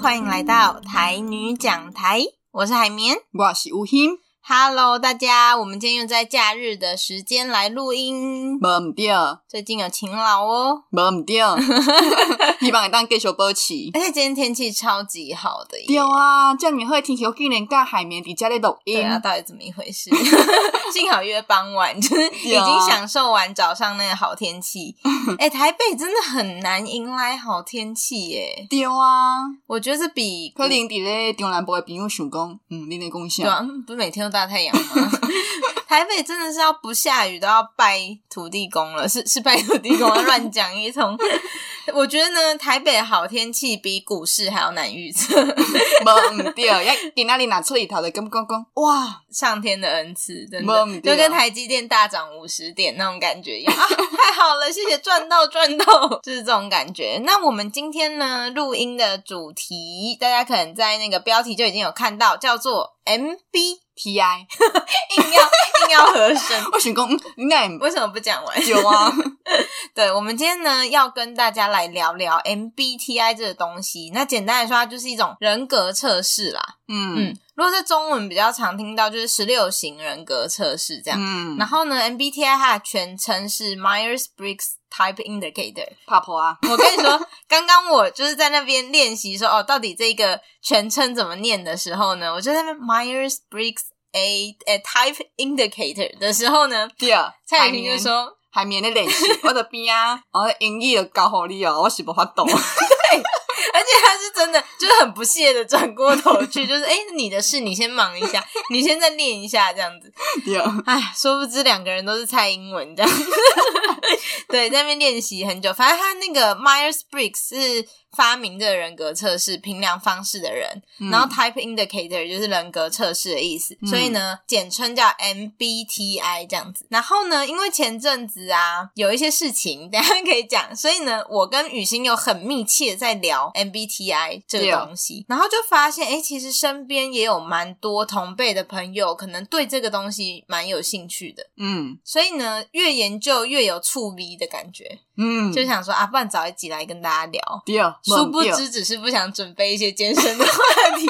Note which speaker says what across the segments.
Speaker 1: 欢迎来到台女讲台，我是海绵。
Speaker 2: 我是有心，
Speaker 1: Hello，大家，我们今天又在假日的时间来录音，
Speaker 2: 无毋对，
Speaker 1: 最近有勤劳哦，
Speaker 2: 无毋 对， 希望会当继续保持。
Speaker 1: 而且今天天气超级好的耶
Speaker 2: 对。啊，遮尔好的天气，我竟然甲海绵伫遮咧录音
Speaker 1: 对，啊，到底怎么一回事？幸好约傍晚，就是已
Speaker 2: 对啊
Speaker 1: 经享受完早上那个好天气。哎、台北真的很难迎来好天气耶，
Speaker 2: 对啊，
Speaker 1: 我觉得是比
Speaker 2: 可能伫咧中南部的朋友想讲，嗯，你咧讲
Speaker 1: 对啊，
Speaker 2: 啥？
Speaker 1: 嗯不是每天都大太阳吗？ 台北真的是要不下雨都要拜土地公了，是是拜土地公吗乱讲一通。 我觉得呢，台北好天气比股市还要难预测，
Speaker 2: 无毋对，要今仔日若出日头就感觉讲讲，哇，
Speaker 1: 上天的恩赐，真的
Speaker 2: 没有
Speaker 1: 就跟台积电大涨五十点那种感觉一样、啊，太好了，谢谢赚到赚到， 就是这种感觉。那我们今天呢，录音的主题，大家可能在那个标题就已经有看到，叫做 MB，
Speaker 2: T I，
Speaker 1: 硬要硬要和声。
Speaker 2: 我想讲，嗯你哪 会
Speaker 1: 为什么不讲完？
Speaker 2: 对啊，
Speaker 1: 对，我们今天呢要跟大家来聊聊 MBTI 这个东西。那简单来说，它就是一种人格测试啦。
Speaker 2: 嗯
Speaker 1: 嗯，如果在中文比较常听到，就是十六型人格测试这样。
Speaker 2: 嗯，
Speaker 1: 然后呢，MBTI 它的全称是 Myers-Briggs Type Indicator。
Speaker 2: 拍破啊，
Speaker 1: 我跟你说，刚刚我就是在那边练习说哦，到底这个全称怎么念的时候呢，我就在那边 Myers-Briggs A, A Type Indicator 的时候呢，
Speaker 2: 对，
Speaker 1: 蔡
Speaker 2: 海
Speaker 1: 雨婷就
Speaker 2: 绵
Speaker 1: 说。
Speaker 2: 海绵咧练习，我伫边啊，我英语就教互你哦，我是无法 度。
Speaker 1: 而且他是真的，就是很不屑的转过头去，就是哎、诶你的事你先忙一下，你先再练一下这样子。
Speaker 2: 对，
Speaker 1: 哎，殊不知两个人都是蔡英文这样。 对，在那边练习很久。反正他那个 Myers Briggs 是发明这个人格测试评量方式的人，
Speaker 2: 嗯
Speaker 1: 然后 Type Indicator 就是人格测试的意思，
Speaker 2: 嗯
Speaker 1: 所以呢，简称叫 MBTI 这样子。然后呢，因为前阵子啊有一些事情，等一下可以讲，所以呢，我跟雨欣有很密切地在聊 MBTI 这
Speaker 2: 对
Speaker 1: 个
Speaker 2: 哦
Speaker 1: 东西，然后就发现，哎，其实身边也有蛮多同辈的朋友，可能对这个东西蛮有兴趣的。
Speaker 2: 嗯
Speaker 1: 所以呢，越研究越有触逼的感觉，
Speaker 2: 嗯，
Speaker 1: 就想说啊，不然找一集来跟大家聊。
Speaker 2: 对，
Speaker 1: 殊不
Speaker 2: 对
Speaker 1: 知，只是不想准备一些艰深的话题，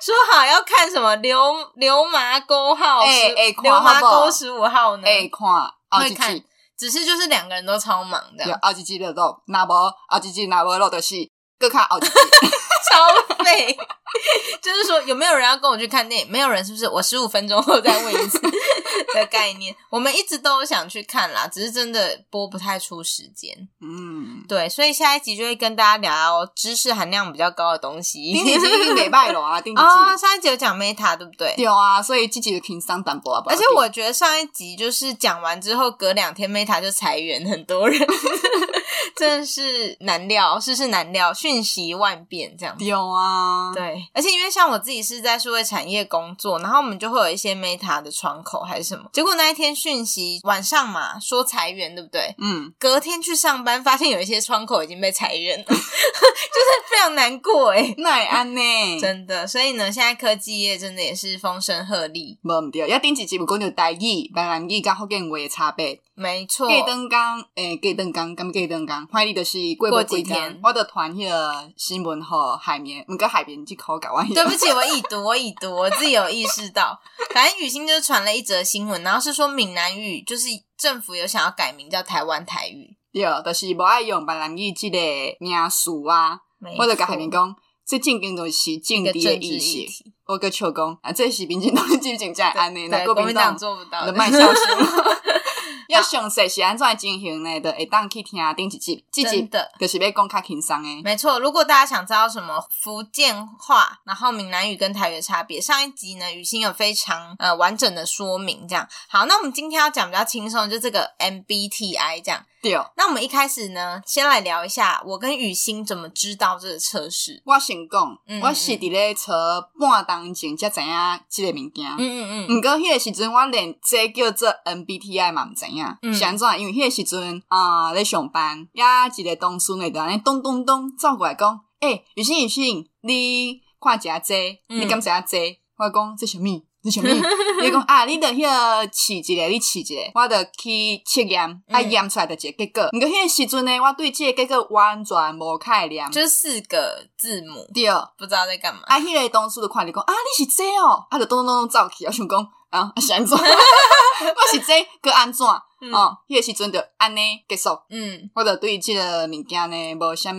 Speaker 1: 说好要看什么流流麻沟号，
Speaker 2: 哎
Speaker 1: 十
Speaker 2: 哎看
Speaker 1: 流麻
Speaker 2: 好不好
Speaker 1: 沟十五号呢？
Speaker 2: 会哎看后
Speaker 1: 会
Speaker 2: 一
Speaker 1: 看
Speaker 2: 季，，
Speaker 1: 只是就是两个人都超忙的
Speaker 2: 对，，后一季就录，若无后一季若无录就是搁较后一季。
Speaker 1: 超费。 就是说，有没有人要跟我去看电影？没有人，是不是？我十五分钟后再问一 次的概念。我们一直都想去看啦，只是真的播不太出时间。
Speaker 2: 嗯，
Speaker 1: 对，所以下一集就会跟大家聊知识含量比较高的东西。
Speaker 2: 顶一季已经袂歹咯啊，顶一
Speaker 1: 啊、
Speaker 2: 季。
Speaker 1: 上一集有讲 Meta 对不对？
Speaker 2: 对啊，所以这集就轻松淡薄啊。
Speaker 1: 而且我觉得上一集就是讲完之后，隔两天 Meta 就裁员很多人，真的是难料，世事难料，瞬息万变这样。
Speaker 2: 对啊，
Speaker 1: 对，而且因为像我自己是在数位产业工作，然后我们就会有一些 Meta 的窗口还是什么。结果那一天讯息晚上嘛，说裁员，对不对？
Speaker 2: 嗯，
Speaker 1: 隔天去上班，发现有一些窗口已经被裁员了， 就是非常难过哎、
Speaker 2: 那会安 呢？
Speaker 1: 真的。所以呢，现在科技业真的也是风声鹤唳，
Speaker 2: 无毋对，也啊顶一集有讲着台语、闽南语甲福建话的差别。
Speaker 1: 没错
Speaker 2: 过。灯工，诶，过灯工，咁过灯工，反正就是过
Speaker 1: 过
Speaker 2: 无
Speaker 1: 几
Speaker 2: 几
Speaker 1: 天
Speaker 2: 天，我就传迄个新闻互海绵，毋过海绵即口甲我 那个。
Speaker 1: 对不起，我已读，我已读，我自己有意识到。反正雨欣就是传了一则新闻，然后是说闽南语就是政府有想要改名叫台湾台语，
Speaker 2: 对，就是无爱用闽南语即个名词啊。
Speaker 1: 没
Speaker 2: 我就甲
Speaker 1: 错
Speaker 2: 海绵讲，这正经就是政
Speaker 1: 一
Speaker 2: 治
Speaker 1: 个
Speaker 2: 的
Speaker 1: 政治议
Speaker 2: 意识。
Speaker 1: 题，
Speaker 2: 我个笑讲，啊，这是民进党真正在安尼，那
Speaker 1: 对，
Speaker 2: 国
Speaker 1: 哎国
Speaker 2: 民
Speaker 1: 民党
Speaker 2: 党
Speaker 1: 做不到
Speaker 2: 就
Speaker 1: 的。
Speaker 2: 卖笑死 我。要详细是安怎的进行呢？就会当去听顶一集，这
Speaker 1: 真
Speaker 2: 集
Speaker 1: 的
Speaker 2: 就是要讲较轻松诶。
Speaker 1: 没错，如果大家想知道什么福建话，然后闽南语跟台语的差别，上一集呢雨欣有非常呃完整的说明。这样好，那我们今天要讲比较轻松，就这个 MBTI 这样。
Speaker 2: 对，
Speaker 1: 那我们一开始呢，先来聊一下我跟雨欣怎么知道这个测试。
Speaker 2: 我先讲
Speaker 1: 嗯，
Speaker 2: 我是伫咧找半当前才知影即个物件。
Speaker 1: 嗯嗯嗯，
Speaker 2: 毋过迄个时阵，我连这叫做 MBTI 嘛毋知
Speaker 1: 嗯
Speaker 2: 影，是安怎？因为迄个时阵啊咧上班，呀一个同事呢，就安尼咚咚咚走过来讲，诶、欸，雨欣雨欣，你看一下这
Speaker 1: 嗯
Speaker 2: 你敢知影这我讲这啥物？你想咩？ 你讲啊，你著迄个试一个，你试一个，我著去测验，
Speaker 1: 嗯
Speaker 2: 啊验出来著一个结果。毋过迄个时阵呢，我对即个结果完全无概念。
Speaker 1: 嗯就是四个字母，
Speaker 2: 对，啊，
Speaker 1: 不知道在干嘛。
Speaker 2: 迄个同事就看你讲啊，你是这哦，啊，就咚咚咚咚走去，我想讲啊，是安怎？ 我是这个安怎？
Speaker 1: 嗯
Speaker 2: 哦，迄个时阵著安尼结束。
Speaker 1: 嗯，
Speaker 2: 我著对即个物件呢无啥物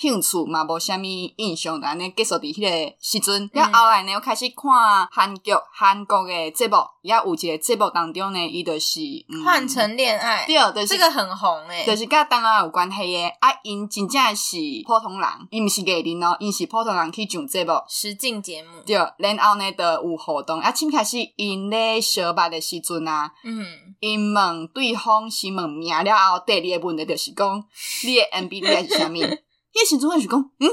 Speaker 2: 兴趣嘛，无啥物印象，安尼结束伫迄个时阵。
Speaker 1: 嗯
Speaker 2: 然后后来呢，我开始看韩剧、韩国诶节目，也有一个节目当中呢，伊著是嗯
Speaker 1: 换成恋爱，
Speaker 2: 对，著、是
Speaker 1: 这个很红哎、
Speaker 2: 著是甲当然有关系诶。啊，因真正是普通人，伊毋是艺人哦，因是普通人去上节目。
Speaker 1: 实境节目。
Speaker 2: 对，然后呢，著有活动。啊，先开始因咧相捌诶时阵啊，
Speaker 1: 嗯，
Speaker 2: 因问对方是问名了后，第二个问题就是讲，你的 MBTI 是啥物？ 迄时阵我是讲，嗯，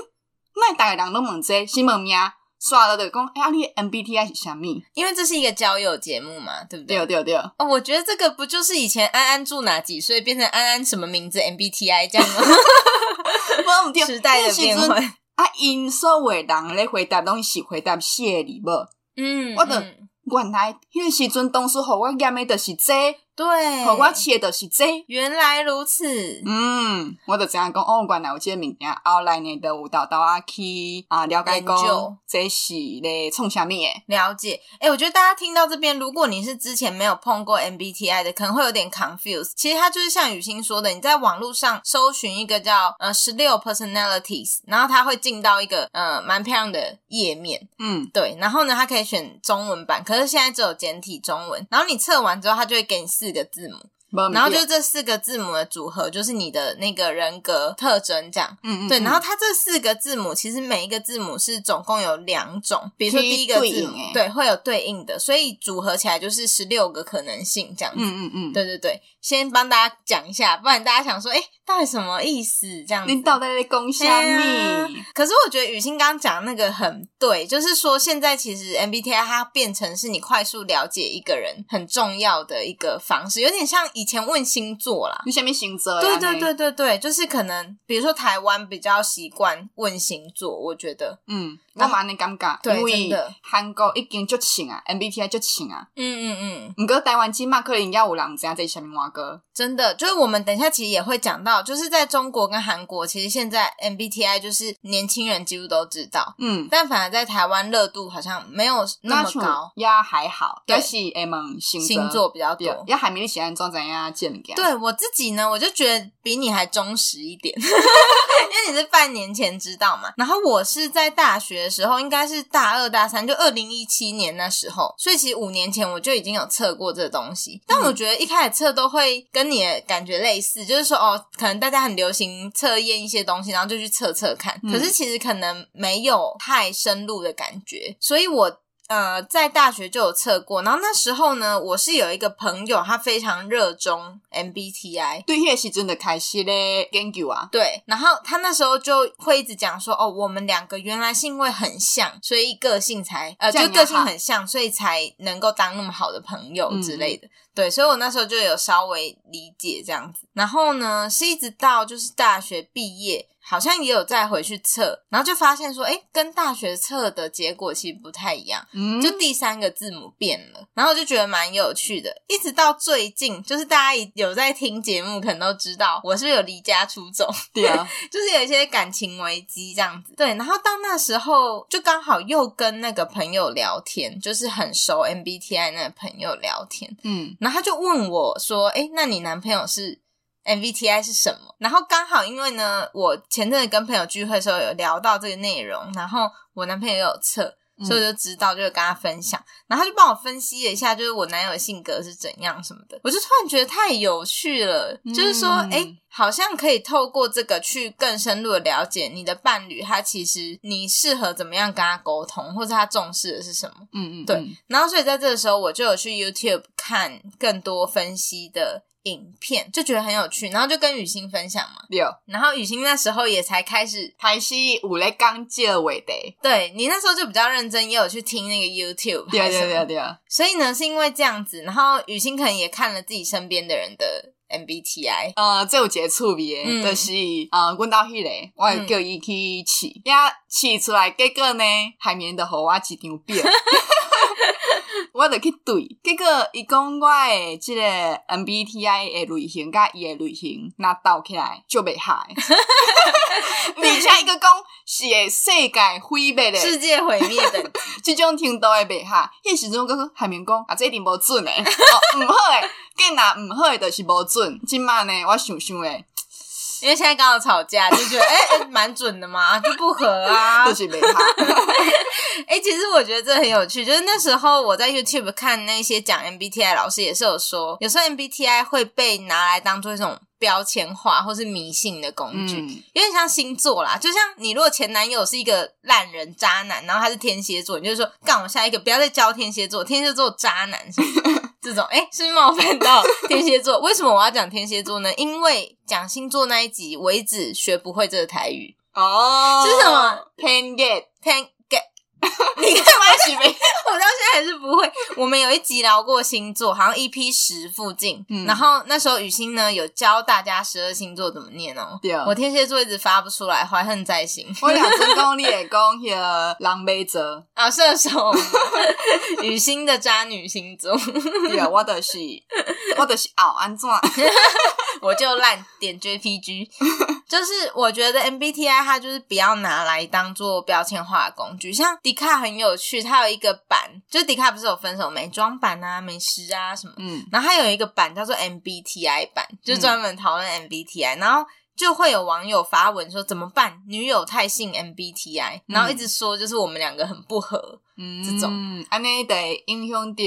Speaker 2: 莫逐个人拢问这先问名，刷了就讲，哎、啊，你的 MBTI 是啥物？
Speaker 1: 因为这是一个交友节目嘛，对不对？
Speaker 2: 对对 对，
Speaker 1: 哦，我觉得这个不就是以前安安住哪几岁变成安安什么名字 MBTI 这样吗？
Speaker 2: 我毋对，
Speaker 1: 时代的
Speaker 2: 迄
Speaker 1: 变
Speaker 2: 时阵
Speaker 1: 换。
Speaker 2: 啊，因所有的人咧回答拢是回答四个字无。
Speaker 1: 嗯，
Speaker 2: 我的
Speaker 1: 嗯
Speaker 2: 原来迄个时阵，当初互我验的就是这
Speaker 1: 对，
Speaker 2: 互我试的就是这
Speaker 1: 原来如此。
Speaker 2: 嗯，我就知影讲，哦，原来有即个物件，后来呢，就有豆豆啊去啊了解
Speaker 1: 研究
Speaker 2: 讲，这是咧创啥物诶？
Speaker 1: 了解，哎、我觉得大家听到这边，如果你是之前没有碰过 MBTI 的，可能会有点 confuse。其实它就是像雨欣说的，你在网络上搜寻一个叫呃十六 personalities，然后它会进到一个呃蛮漂亮的页面，
Speaker 2: 嗯，
Speaker 1: 对，然后呢，它可以选中文版，可是现在只有简体中文。然后你测完之后，它就会给你四个字母，
Speaker 2: 无
Speaker 1: 然后就这四个字母的组合就是你的那个人格特征这样。
Speaker 2: 嗯嗯，
Speaker 1: 对，
Speaker 2: 嗯
Speaker 1: 然后它这四个字母其实每一个字母是总共有两种，比如说
Speaker 2: 可以
Speaker 1: 第一个
Speaker 2: 对
Speaker 1: 字
Speaker 2: 应
Speaker 1: 母
Speaker 2: 欸
Speaker 1: 对会有对应的，所以组合起来就是十六个可能性这样子。
Speaker 2: 嗯嗯嗯，
Speaker 1: 对对对，先帮大家讲一下，不然大家想说，哎，到底什么意思？这样子
Speaker 2: 恁到底咧讲啥
Speaker 1: 哎
Speaker 2: 物？
Speaker 1: 呀可是我觉得雨欣刚刚讲的那个很对，就是说现在其实 MBTI 它变成是你快速了解一个人很重要的一个方式，有点像以前问星座啦。
Speaker 2: 你啥物星座？
Speaker 1: 对对对，对对，就是可能比如说台湾比较习惯问星座，我觉得，
Speaker 2: 嗯，我嘛安尼感觉，
Speaker 1: 对
Speaker 2: 因
Speaker 1: 真
Speaker 2: 为
Speaker 1: 的
Speaker 2: 韩国已经足清啊，MBTI 足清啊，
Speaker 1: 嗯嗯嗯，
Speaker 2: 毋过台湾即马可能也有人知影这是啥物歌歌。
Speaker 1: 真的，就是我们等一下其实也会讲到，就是在中国跟韩国，其实现在 MBTI 就是年轻人几乎都知道，
Speaker 2: 嗯，
Speaker 1: 但反而在台湾热度好像没有那么高，
Speaker 2: 也还好，
Speaker 1: 对
Speaker 2: 但是会问星座，
Speaker 1: 星座比较
Speaker 2: 对
Speaker 1: 多，。
Speaker 2: 也还没你是安怎知影这物件？
Speaker 1: 对我自己呢，我就觉得比你还忠实一点，因为你是半年前知道嘛。然后我是在大学的时候，应该是大二大三，就二零一七年那时候，所以其实五年前我就已经有测过这个东西。但我觉得一开始测都会跟你的感觉类似，就是说哦，可能大家很流行测验一些东西，然后就去测测看。
Speaker 2: 嗯
Speaker 1: 可是其实可能没有太深入的感觉，所以我呃，在大学就有测过，然后那时候呢，我是有一个朋友，他非常热衷 MBTI，
Speaker 2: 对，迄个时阵就开始咧研究啊。
Speaker 1: 对，然后他那时候就会一直讲说，哦，我们两个原来是因为很像，所以个性才呃，
Speaker 2: 这
Speaker 1: 就
Speaker 2: 样也
Speaker 1: 个性
Speaker 2: 好
Speaker 1: 很像，所以才能够当那么好的朋友
Speaker 2: 嗯
Speaker 1: 之类的。对，所以我那时候就有稍微理解这样子。然后呢，是一直到就是大学毕业。好像也有再回去测，然后就发现说，哎，跟大学测的结果其实不太一样。
Speaker 2: 嗯，
Speaker 1: 就第三个字母变了，然后我就觉得蛮有趣的。一直到最近，就是大家有在听节目，可能都知道我是不是有离家出走，
Speaker 2: 对啊，
Speaker 1: 就是有一些感情危机这样子。对，然后到那时候就刚好又跟那个朋友聊天，就是很熟 MBTI 那个朋友聊天，
Speaker 2: 嗯，
Speaker 1: 然后他就问我说：“哎，那你男朋友是 MBTI 是什么？”然后刚好因为呢，我前阵子跟朋友聚会的时候有聊到这个内容，然后我男朋友也有测，
Speaker 2: 嗯
Speaker 1: 所以我就知道，就跟他分享，然后他就帮我分析了一下，就是我男友的性格是怎样什么的，我就突然觉得太有趣了，
Speaker 2: 嗯
Speaker 1: 就是说，哎、好像可以透过这个去更深入的了解你的伴侣，他其实你适合怎么样跟他沟通，或者他重视的是什么。
Speaker 2: 嗯嗯，
Speaker 1: 对
Speaker 2: 嗯，
Speaker 1: 然后所以在这个时候，我就有去 YouTube 看更多分析的影片，就觉得很有趣，然后就跟雨欣分享嘛。
Speaker 2: 对，
Speaker 1: 然后雨欣那时候也才开始，
Speaker 2: 开始有咧讲这个话题，
Speaker 1: 对你那时候就比较认真，也有去听那个 YouTube，
Speaker 2: 对
Speaker 1: 还是
Speaker 2: 对
Speaker 1: 什么
Speaker 2: 对对，
Speaker 1: 所以呢，是因为这样子，然后雨欣可能也看了自己身边的人的 MBTI，
Speaker 2: 呃，这有一个趣味
Speaker 1: 嗯
Speaker 2: 诶，就是呃，阮兜迄个，我会叫伊去 试，也试出来结果呢，海绵的互我一张表，我就去对。结果伊讲我诶即个 MBTI 诶类型甲伊诶类型若斗起来就袂 害。而且伊个讲是会世界毁灭诶，
Speaker 1: 世界毁灭等级，
Speaker 2: 即种程度诶袂害。迄时阵我讲海绵讲啊，这一定无准 诶，哦毋好诶，计若毋好诶，就是无准。即满呢，我想想诶，
Speaker 1: 因为现在刚好吵架，就觉得哎哎蛮准的嘛，就不合啊
Speaker 2: 就。是袂 害。
Speaker 1: 哎、其实我觉得这很有趣，就是那时候我在 YouTube 看那些讲 MBTI 老师也是有说，有时候 MBTI 会被拿来当做一种标签化或是迷信的工具，
Speaker 2: 嗯，
Speaker 1: 有点像星座啦。就像你如果前男友是一个烂人渣男，然后他是天蝎座，你就说干我下一个不要再交天蝎座，天蝎座渣男什么的这种，哎、是不是冒犯到天蝎座。为什么我要讲天蝎座呢？因为讲星座那一集，我一直学不会这个台语。
Speaker 2: 哦，
Speaker 1: 这是什么
Speaker 2: ？Ten get，
Speaker 1: 天给
Speaker 2: 你干嘛是袂？
Speaker 1: 我到现在还是不会。我们有一集聊过星座，好像 EP 十附近，
Speaker 2: 嗯
Speaker 1: 然后那时候雨欣呢有教大家十二星座怎么念哦。
Speaker 2: 对
Speaker 1: 我天蝎座一直发不出来，怀恨在心。
Speaker 2: 我俩真讲你会讲迄个人马座，
Speaker 1: 啊，射手，雨欣的渣女星座，
Speaker 2: 对啊，我 就是我就是后安怎？
Speaker 1: 我就烂点 JPG。就是我觉得 MBTI 它就是不要拿来当做标签化的工具，像迪卡很有趣，它有一个版，就是迪卡不是有分什么美妆版啊、美食啊什么的
Speaker 2: 嗯
Speaker 1: 然后它有一个版叫做 MBTI 版，就专门讨论 MBTI，、然后就会有网友发文说怎么办，女友太信 MBTI，然后一直说就是我们两个很不合，
Speaker 2: 嗯，
Speaker 1: 这
Speaker 2: 种安尼就会影响到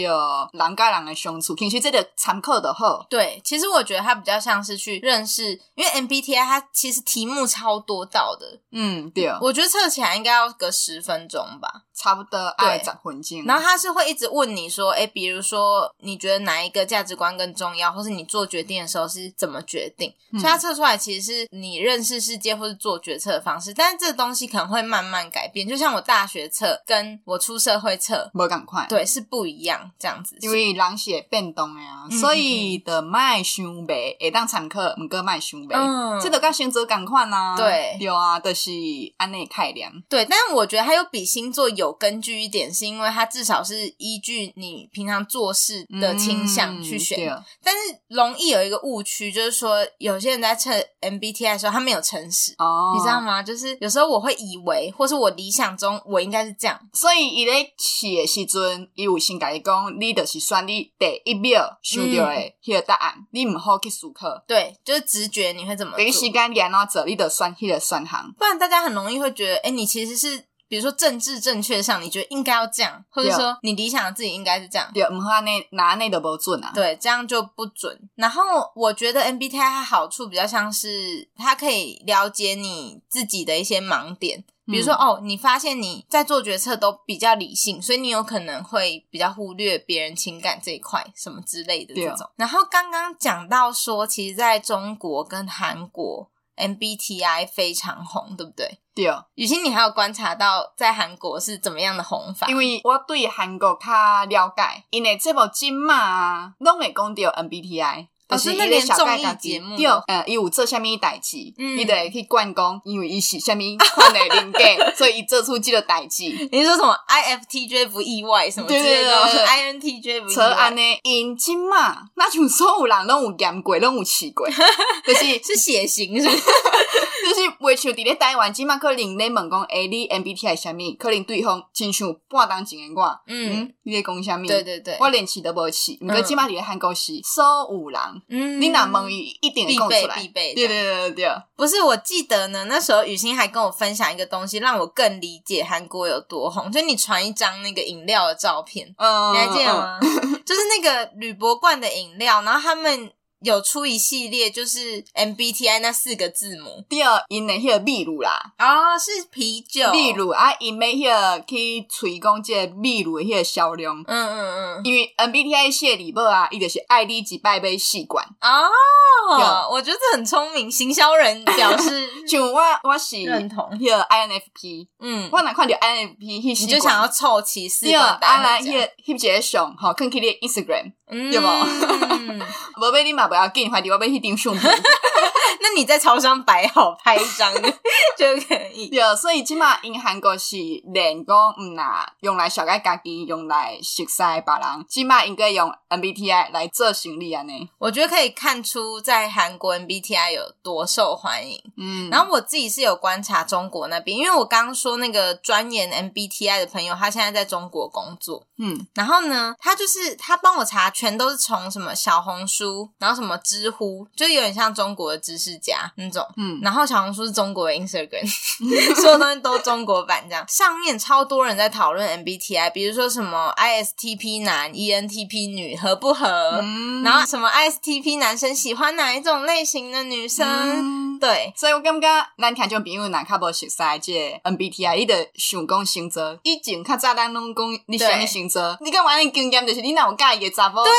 Speaker 2: 人甲人的相处，其实这个参考就好。
Speaker 1: 对，其实我觉得它比较像是去认识，因为 MBTI 它其实题目超多道的，
Speaker 2: 嗯，对，
Speaker 1: 我觉得测起来应该要个十分钟吧。
Speaker 2: 差不多爱
Speaker 1: 对
Speaker 2: 十分钟。
Speaker 1: 然后它是会一直问你说，诶，比如说你觉得哪一个价值观更重要，或是你做决定的时候是怎么决定？
Speaker 2: 嗯
Speaker 1: 所以它测出来其实是你认识世界或是做决策的方式，但是这东西可能会慢慢改变。就像我大学测跟我出社会测，
Speaker 2: 无共款，
Speaker 1: 对，是不一样这样子。
Speaker 2: 因为人是会变动的啊，
Speaker 1: 嗯
Speaker 2: 所以就卖想袂，会当参考，毋过卖想袂。
Speaker 1: 嗯，
Speaker 2: 这就甲星座共款啊，
Speaker 1: 对
Speaker 2: 对啊，就是安尼的概念。
Speaker 1: 对，但我觉得它又比星座有根据一点，是因为它至少是依据你平常做事的倾向去选。
Speaker 2: 嗯
Speaker 1: 但是容易有一个误区，就是说有些人在测 MBTI 的时候，他没有诚实。
Speaker 2: 对哦，
Speaker 1: 你知道吗？就是有时候我会以为，或是我理想中我应该是这样，
Speaker 2: 所以伊咧试诶时阵，伊有先甲伊讲，你就是选你第一秒想到诶迄个答案，你毋好去思考。
Speaker 1: 对，就是直觉你会怎么
Speaker 2: 第一时
Speaker 1: 做，
Speaker 2: 间你安怎做，你就选迄个选项。
Speaker 1: 不然大家很容易会觉得，哎、你其实是比如说政治正确上，你觉得应该要这样，或者
Speaker 2: 对啊
Speaker 1: 说你理想的自己应该是这样，
Speaker 2: 对，毋好安尼，若安尼就无准啊。
Speaker 1: 对，这样就不准。然后我觉得 MBTI 它好处比较像是它可以了解你自己的一些盲点，比如说、
Speaker 2: 嗯
Speaker 1: 哦，你发现你在做决策都比较理性，所以你有可能会比较忽略别人情感这一块什么之类的这
Speaker 2: 对啊
Speaker 1: 种。然后刚刚讲到说，其实在中国跟韩国 MBTI 非常红，对不对？
Speaker 2: 对，
Speaker 1: 雨欣，你还有观察到在韩国是怎么样的红法？
Speaker 2: 因为我对韩国较了解，因为节目即嘛啊，拢会讲到 MBTI。
Speaker 1: 哦
Speaker 2: 就是
Speaker 1: 是
Speaker 2: 伊
Speaker 1: 那
Speaker 2: 咧
Speaker 1: 连
Speaker 2: 小概
Speaker 1: 综艺
Speaker 2: 家己
Speaker 1: 节目
Speaker 2: 对，呃，伊有做虾米代志，
Speaker 1: 嗯
Speaker 2: 伊就会去灌讲，因为伊是虾米款诶 灵感，所以伊做出即个代志。
Speaker 1: 你说什么 IFTJ 不意外什么之
Speaker 2: 对
Speaker 1: 类的
Speaker 2: 对对对
Speaker 1: ，INTJ 不意
Speaker 2: 扯啊
Speaker 1: 外，
Speaker 2: 安尼，因即嘛，那像所有人拢有验过，拢有试 过，就是
Speaker 1: 是血型是不是？
Speaker 2: 就是袂像伫咧台湾即嘛，可能咧问讲，诶、你 MBTI 啥物？可能对方亲像半当前诶我，
Speaker 1: 嗯，
Speaker 2: 嗯，你咧讲啥物？
Speaker 1: 对对对，
Speaker 2: 我连试都无试，毋过即嘛伫咧韩国是所有人，
Speaker 1: 嗯
Speaker 2: 你若问伊一定会
Speaker 1: 必
Speaker 2: 讲出
Speaker 1: 备
Speaker 2: 来。
Speaker 1: 必备，
Speaker 2: 对对对对对，
Speaker 1: 不是，我记得呢，那时候雨欣还跟我分享一个东西，让我更理解韩国有多红。就你传一张那个饮料的照片，
Speaker 2: 嗯，
Speaker 1: 你还记得
Speaker 2: 嗯？
Speaker 1: 吗？ 就是那个铝箔罐的饮料，然后他们有出一系列，就是 MBTI 那四个字母
Speaker 2: 第二，因诶迄个秘鲁啦，
Speaker 1: 哦，是啤酒，
Speaker 2: 秘，鲁啊，因要迄个去吹讲即个秘鲁诶迄个销量，
Speaker 1: 嗯嗯嗯，
Speaker 2: 因为 MBTI 写礼物啊，伊就是爱你一摆买四罐。
Speaker 1: 哦，我觉得这很聪明，行销人表示
Speaker 2: 像我我是
Speaker 1: 认
Speaker 2: 迄
Speaker 1: 同，
Speaker 2: 个 INFP，
Speaker 1: 嗯，
Speaker 2: 我若看着 INFP 迄四
Speaker 1: 你
Speaker 2: 罐
Speaker 1: 就想要凑齐四
Speaker 2: 对啊
Speaker 1: 罐，
Speaker 2: 啊来
Speaker 1: 单
Speaker 2: 迄
Speaker 1: 回家，
Speaker 2: 个翕一个相，吼，放去你的 Instagram，
Speaker 1: 嗯
Speaker 2: 对不
Speaker 1: 嗯
Speaker 2: 无要你嘛不要紧，反正我要迄张相片。
Speaker 1: 那那你在超商摆好拍一张就 可以。
Speaker 2: 对，所以即码因韩国是连讲毋呐用来小解家己，用来熟悉别人，即码应该用 MBTI 来做生理安啊尼。
Speaker 1: 我觉得可以看出在韩国 MBTI 有多受欢迎。
Speaker 2: 嗯
Speaker 1: 然后我自己是有观察中国那边，因为我刚刚说那个专研 MBTI 的朋友，他现在在中国工作。
Speaker 2: 嗯
Speaker 1: 然后呢，他就是他帮我查，全都是从什么小红书，然后什么知乎，就有点像中国的知识家那种。
Speaker 2: 嗯，
Speaker 1: 然后小红书是中国的 Instagram，所 有东西都中国版这样。上面超多人在讨论 MBTI，比如说什么 ISTP 男、ENTP E 女合不合，
Speaker 2: 嗯
Speaker 1: 然后什么 ISTP 男生喜欢哪一种类型的女生，
Speaker 2: 嗯
Speaker 1: 对。
Speaker 2: 所以我感觉咱听众朋友若较无熟悉这 MBTI，伊着想讲星座。以前较早咱拢讲你啥物星座，你讲完的经验就是你若有介意的查某，对啊，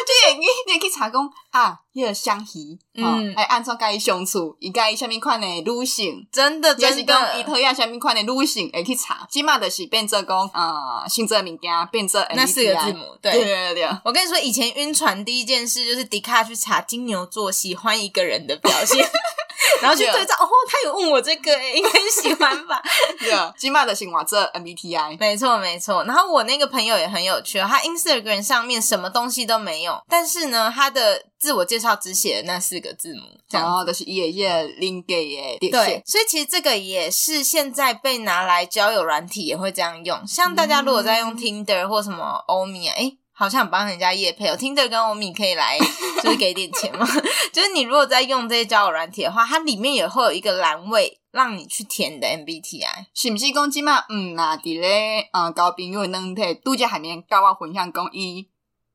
Speaker 2: 就会你你会去查讲啊，迄个相鱼，嗯
Speaker 1: 嗯，
Speaker 2: 哎、安怎甲伊相处，伊甲伊啥物款的女性。
Speaker 1: 真的，
Speaker 2: 也是
Speaker 1: 真
Speaker 2: 讲伊
Speaker 1: 的，
Speaker 2: 讨厌啥物款的女性，会去查，即码就是变做讲啊，呃星座的物件变做 MBTI，
Speaker 1: 那四个字母，
Speaker 2: 对，
Speaker 1: 对。
Speaker 2: 对对对，
Speaker 1: 我跟你说，以前晕船第一件事就是迪卡去查金牛座喜欢一个人的表现， 然后去对照，哦，他有问我这个、欸，应该是喜欢吧？
Speaker 2: 对，即码就是换做 MBTI，
Speaker 1: 没错，没错。然后我那个朋友也很有趣哦，他 Instagram 上面什么东西都没有，但是呢，他的自我介绍只写了那四个字母，这
Speaker 2: 然
Speaker 1: 样。
Speaker 2: 后就是伊的迄个人格的特性
Speaker 1: 对，。所以其实这个也是现在被拿来交友软体也会这样用，像大家如果在用 Tinder 或什么欧米，哎、好像帮人家夜配哦，Tinder 跟欧米可以来就是给点钱嘛。就是你如果在用这些交友软体的话，它里面也会有一个栏位让你去填你的 MBTI。
Speaker 2: 甚至讲即马嗯呐，伫咧呃交朋友的软体，拄则下面甲我分享讲伊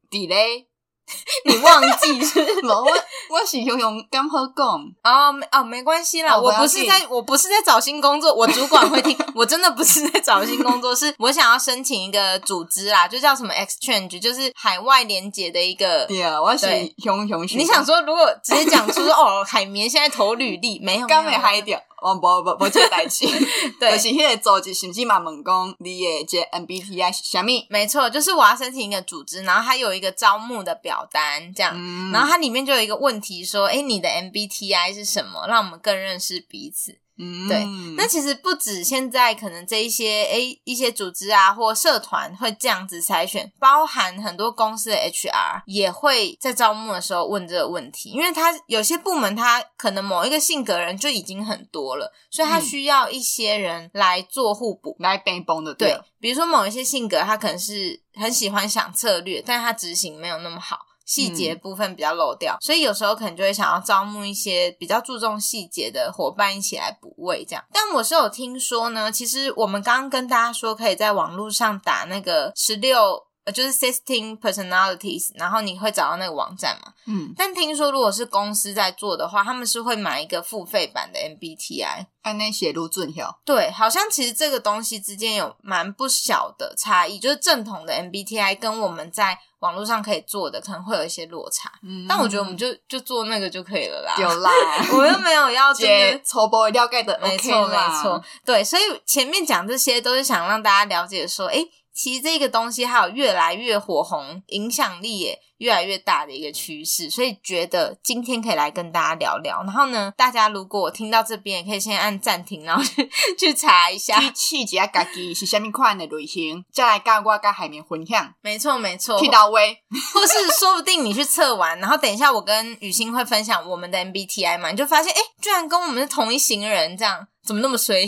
Speaker 2: 伫咧，
Speaker 1: 你忘记是不是？
Speaker 2: 无我我是用用刚好讲，
Speaker 1: 哦没哦，没关系啦，
Speaker 2: 哦
Speaker 1: 我
Speaker 2: 我
Speaker 1: 不
Speaker 2: 要
Speaker 1: 是
Speaker 2: 进
Speaker 1: 在，我不是在找新工作，我主管会听，我真的不是在找新工作，是我想要申请一个组织啦，就叫什么 Exchange，就是海外联结的一个。
Speaker 2: 对，我是
Speaker 1: 对
Speaker 2: 用用
Speaker 1: 你想说，如果直接讲出说哦，海绵现在投履历没有？
Speaker 2: 刚
Speaker 1: 没
Speaker 2: 会
Speaker 1: 有啊
Speaker 2: 嗨掉，哦无无无即个代志， 就
Speaker 1: 对
Speaker 2: 是，迄个组织甚至嘛问讲你的这 MBTI 是啥物，
Speaker 1: 没错，就是我要申请一个组织，然后它有一个招募的表单这样，
Speaker 2: 嗯
Speaker 1: 然后它里面就有一个问题说，哎，你的 MBTI 是什么？让我们更认识彼此。
Speaker 2: 嗯
Speaker 1: 对那其实不止现在可能这一些诶一些组织啊或社团会这样子筛选，包含很多公司的 HR 也会在招募的时候问这个问题，因为他有些部门他可能某一个性格人就已经很多了，所以他
Speaker 2: 嗯
Speaker 1: 需要一些人来做互补。
Speaker 2: 来变崩的
Speaker 1: 对，比如说某一些性格他可能是很喜欢想策略，但是他执行没有那么好。细节部分比较漏掉，所以有时候可能就会想要招募一些比较注重细节的伙伴一起来补位这样。但我是有听说呢，其实我们刚刚跟大家说，可以在网络上打那个十六。呃，就是 sixteen personalities，然后你会找到那个网站嘛？
Speaker 2: 嗯，
Speaker 1: 但听说如果是公司在做的话，他们是会买一个付费版的 MBTI，
Speaker 2: 安尼写入准吼，
Speaker 1: 对，好像其实这个东西之间有蛮不小的差异，就是正统的 MBTI 跟我们在网络上可以做的可能会有一些落差，
Speaker 2: 嗯
Speaker 1: 但我觉得我们就就做那个就可以了啦。
Speaker 2: 对 啦，
Speaker 1: 我又没有要真
Speaker 2: 这
Speaker 1: 的。
Speaker 2: 初步的了解的 OK
Speaker 1: 没错，
Speaker 2: 啦
Speaker 1: 没错，，对，所以前面讲这些都是想让大家了解说，诶，其实这个东西还有越来越火红，影响力也越来越大的一个趋势，所以觉得今天可以来跟大家聊聊。然后呢，大家如果听到这边，也可以先按暂停，然后去 去查一下。
Speaker 2: 去试一下家己是虾米款的类型，再来甲我甲海绵分享。
Speaker 1: 没错，没错，
Speaker 2: 去 到位，
Speaker 1: 或是说不定你去测完，然后等一下我跟雨欣会分享我们的 MBTI 嘛，你就发现，诶，居然跟我们是同一行人，这样怎么那么衰？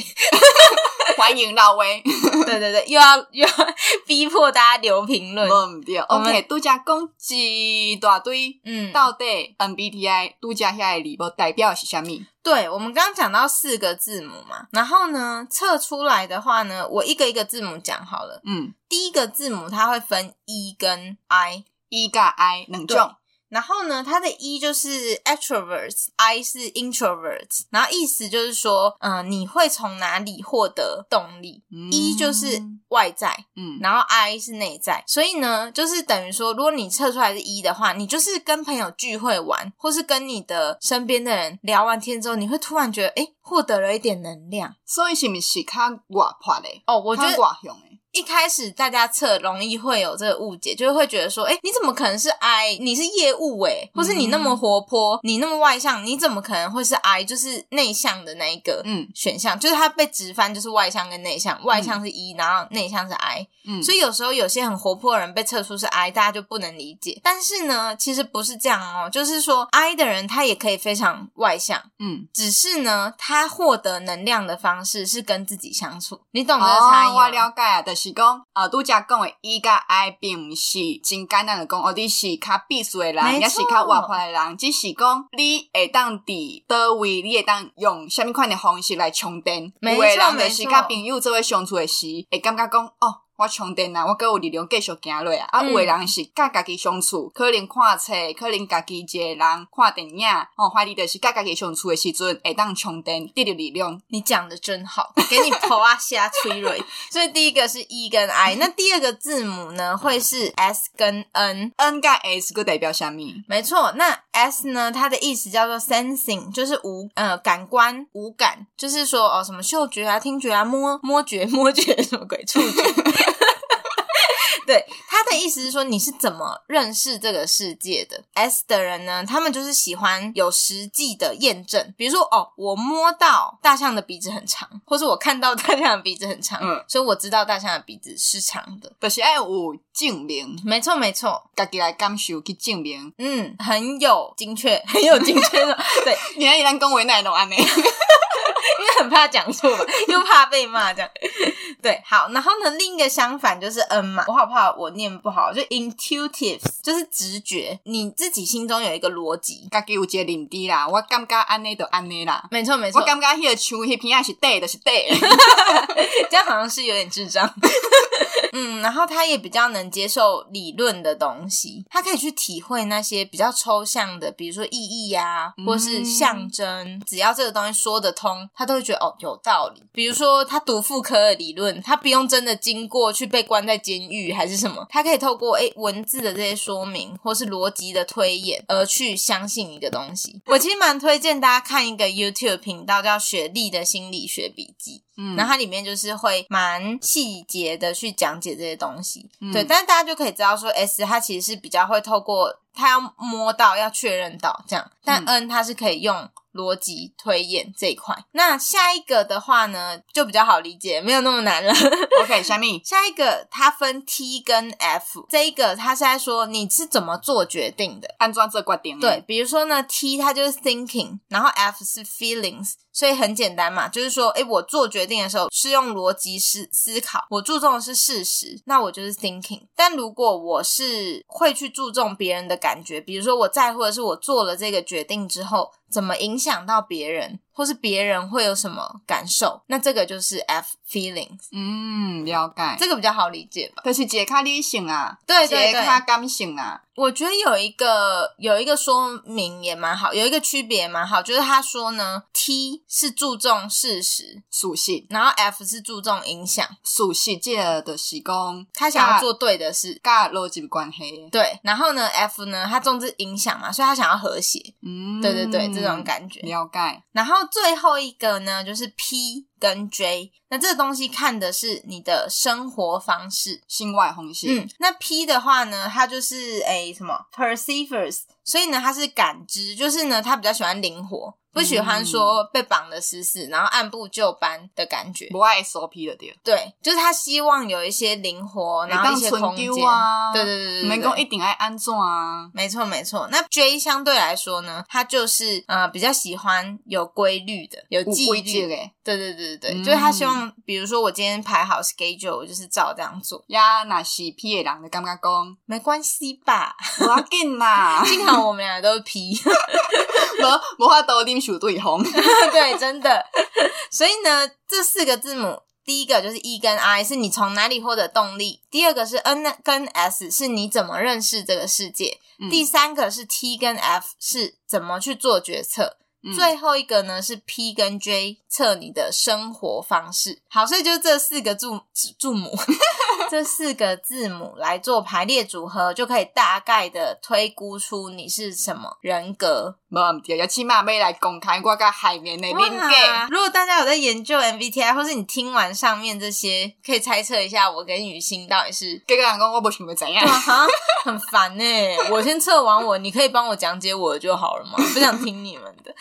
Speaker 2: 欢迎到位，
Speaker 1: 对对对，又要又要 逼迫大家留评论。
Speaker 2: 无毋对。
Speaker 1: 我们
Speaker 2: OK，拄则讲一大堆，
Speaker 1: 嗯，
Speaker 2: 到底 MBTI 拄则遐个字母代表的是啥物？
Speaker 1: 对，我们刚刚讲到四个字母嘛，然后呢，测出来的话呢，我一个一个字母讲好了。
Speaker 2: 嗯
Speaker 1: 第一个字母它会分 E 跟 I，
Speaker 2: ，E 甲 I 两种，
Speaker 1: 然后呢，它的 E 就是 extroverts，I 是 introverts，然后意思就是说，嗯、你会从哪里获得动力？
Speaker 2: 嗯
Speaker 1: E 就是外在，
Speaker 2: 嗯
Speaker 1: 然后 I 是内在，所以呢，就是等于说，如果你测出来是 E 的话，你就是跟朋友聚会玩，或是跟你的身边的人聊完天之后，你会突然觉得，哎，获得了一点能量。
Speaker 2: 所以是毋是较外派的？
Speaker 1: 哦，我觉得
Speaker 2: 较外向的，
Speaker 1: 一开始大家测容易会有这个误解，就是会觉得说，哎、你怎么可能是 I？你是业务哎、或是你那
Speaker 2: 嗯
Speaker 1: 么活泼，你那么外向，你怎么可能会是 I？就是内向的那一个
Speaker 2: 嗯
Speaker 1: 选项，就是它被直翻就是外向跟内向，外向是 E，、然后内向是 I。
Speaker 2: 嗯，
Speaker 1: 所以有时候有些很活泼的人被测出是 I，大家就不能理解。但是呢，其实不是这样哦，就是说 I 的人他也可以非常外向，
Speaker 2: 嗯，
Speaker 1: 只是呢，他获得能量的方式是跟自己相处。你懂这个差异
Speaker 2: 哦，
Speaker 1: 吗？
Speaker 2: 我了解啊，就是讲，呃，拄则讲的 E 甲 I 并毋是真简单的讲，哦，你是较避暑的人，
Speaker 1: 没
Speaker 2: 也是
Speaker 1: 错
Speaker 2: 较活泼的人，只是讲你会当伫倒位，你会当用什么款的方式来充电。
Speaker 1: 没
Speaker 2: 有的人
Speaker 1: 错
Speaker 2: 就是
Speaker 1: 没错
Speaker 2: 甲朋友做伙相处的时，会感觉讲，哦。我充电啊，我够有力量继续行落啊！啊，
Speaker 1: 嗯
Speaker 2: 有的人是甲家己相处，可能看册，可能家己一个人看电影，哦，反正就是甲家己相处的时阵，会当充电，得到力量。
Speaker 1: 你讲的真好，给你头啊瞎吹蕊。所以第一个是 E 跟 I，那第二个字母呢会是 S 跟 N。
Speaker 2: N 甲 S 佮代表啥物？
Speaker 1: 没错，那 S 呢？它的意思叫做 sensing，就是无呃感官无感，就是说哦什么嗅觉啊、听觉啊、摸摸觉、 摸觉什么鬼触觉。 对，他的意思是说你是怎么认识这个世界的？S 的人呢，他们就是喜欢有实际的验证，比如说哦，我摸到大象的鼻子很长，或是我看到大象的鼻子很长，
Speaker 2: 嗯
Speaker 1: 所以我知道大象的鼻子是长的。
Speaker 2: 就是爱有证明，
Speaker 1: 没错，没错，
Speaker 2: 家己来感受去证明。
Speaker 1: 嗯，很有精确，很有精确的， 对，
Speaker 2: 你看，咱讲话哪会拢安尼？
Speaker 1: 因为很怕讲错吧，又怕被骂这样。对，好，然后呢，另一个相反就是 N 嘛，我好怕我念不好，就 intuitive 就是直觉，你自己心中有一个逻辑。
Speaker 2: 家己有一个认知啦，我感觉安尼就安尼啦。
Speaker 1: 没错没
Speaker 2: 我
Speaker 1: 错，
Speaker 2: 感觉迄个树迄片仔是对，就是对。
Speaker 1: 这样好像是有点智障。 嗯，然后他也比较能接受理论的东西，他可以去体会那些比较抽象的，比如说意义呀、
Speaker 2: 嗯
Speaker 1: 或是象征，只要这个东西说得通，他都会觉得哦有道理。比如说他读妇科的理论，他不用真的经过去被关在监狱还是什么，他可以透过诶文字的这些说明或是逻辑的推演而去相信一个东西。我其实蛮推荐大家看一个 YouTube 频道叫《雪莉的心理学笔记》，
Speaker 2: 嗯
Speaker 1: 然后它里面就是会蛮细节的去讲解这些东西，
Speaker 2: 嗯
Speaker 1: 对，但是大家就可以知道说，S 它其实是比较会透过它要摸到、要确认到这样，但
Speaker 2: 嗯
Speaker 1: N 它是可以用逻辑推演这一块。那下一个的话呢，就比较好理解，没有那么难了。
Speaker 2: OK，啥物？
Speaker 1: 下一个它分 T 跟 F，这一个它是在说你是怎么做决定的。
Speaker 2: 安怎做决定？
Speaker 1: 对，，比如说呢，T 它就是 thinking，然后 F 是 feelings，所以很简单嘛，就是说，诶，我做决定的时候是用逻辑思思考，我注重的是事实，那我就是 thinking。但如果我是会去注重别人的感觉，比如说我在乎的是我做了这个决定之后怎么影响到别人，或是别人会有什么感受，那这个就是 F feelings，
Speaker 2: 嗯，了解。
Speaker 1: 这个比较好理解吧？
Speaker 2: 就是一个较理性啊，
Speaker 1: 对
Speaker 2: 一
Speaker 1: 对
Speaker 2: 个
Speaker 1: 对，
Speaker 2: 较感性啊。
Speaker 1: 我觉得有一个有一个说明也蛮好，有一个区别也蛮好，就是他说呢，T 是注重事实，
Speaker 2: 属性，
Speaker 1: 然后 F 是注重影响，
Speaker 2: 属性即个就是讲，
Speaker 1: 他想
Speaker 2: 啊
Speaker 1: 要做对的事，
Speaker 2: 甲逻辑有关系。
Speaker 1: 对。然后呢，F 呢，他重视影响嘛，所以他想要和谐，
Speaker 2: 嗯，
Speaker 1: 对对对，这种感觉。
Speaker 2: 了解。
Speaker 1: 然后最后一个呢，就是 P 跟 J，那这个东西看的是你的生活方式，
Speaker 2: 性外方式，
Speaker 1: 嗯，那 P 的话呢，它就是诶什么 perceivers，所以呢，它是感知，就是呢，它比较喜欢灵活，不喜
Speaker 2: 嗯
Speaker 1: 欢说被绑得死死，然后按部就班的感觉。
Speaker 2: 无爱 SOP 就对了。
Speaker 1: 对，就是他希望有一些灵活，然后一些
Speaker 2: 会当
Speaker 1: 空
Speaker 2: 春
Speaker 1: 间。
Speaker 2: 秋啊
Speaker 1: 对对对
Speaker 2: 毋
Speaker 1: 对
Speaker 2: 免
Speaker 1: 对
Speaker 2: 讲
Speaker 1: 对。
Speaker 2: 一定爱安怎啊。
Speaker 1: 没错，没错。那 J 相对来说呢，他就是呃比较喜欢有规律的、有
Speaker 2: 有
Speaker 1: 纪
Speaker 2: 规
Speaker 1: 律
Speaker 2: 矩
Speaker 1: 的。
Speaker 2: 诶，
Speaker 1: 对对对对对，
Speaker 2: 嗯
Speaker 1: 就是他希望，比如说我今天排好 schedule，我就是照这样做，
Speaker 2: 呀，若是 P 诶人就感觉讲，
Speaker 1: 没关系吧？，
Speaker 2: 无要紧啦
Speaker 1: 幸好我们俩都是 P。
Speaker 2: 无无法度忍受对方。
Speaker 1: 对，真的。所以呢，这四个字母，第一个就是 E 跟 I，是你从哪里获得动力；第二个是 N 跟 S，是你怎么认识这个世界；
Speaker 2: 嗯
Speaker 1: 第三个是 T 跟 F，是怎么去做决策；
Speaker 2: 嗯
Speaker 1: 最后一个呢是 P 跟 J，测你的生活方式。好，所以就这四个字字母， 这四个字母来做排列组合，就可以大概的推估出你是什么人格。
Speaker 2: 无毋对，要起码要来公开我甲海绵的恁
Speaker 1: 哇
Speaker 2: 家。
Speaker 1: 如果大家有在研究 MBTI，或是你听完上面这些，可以猜测一下我跟雨欣到底是。
Speaker 2: 结果人讲我无想要怎样
Speaker 1: 哇，哈，很烦呢、我先测完我，你可以帮我讲解我的就好了 嘛，不想听你们的。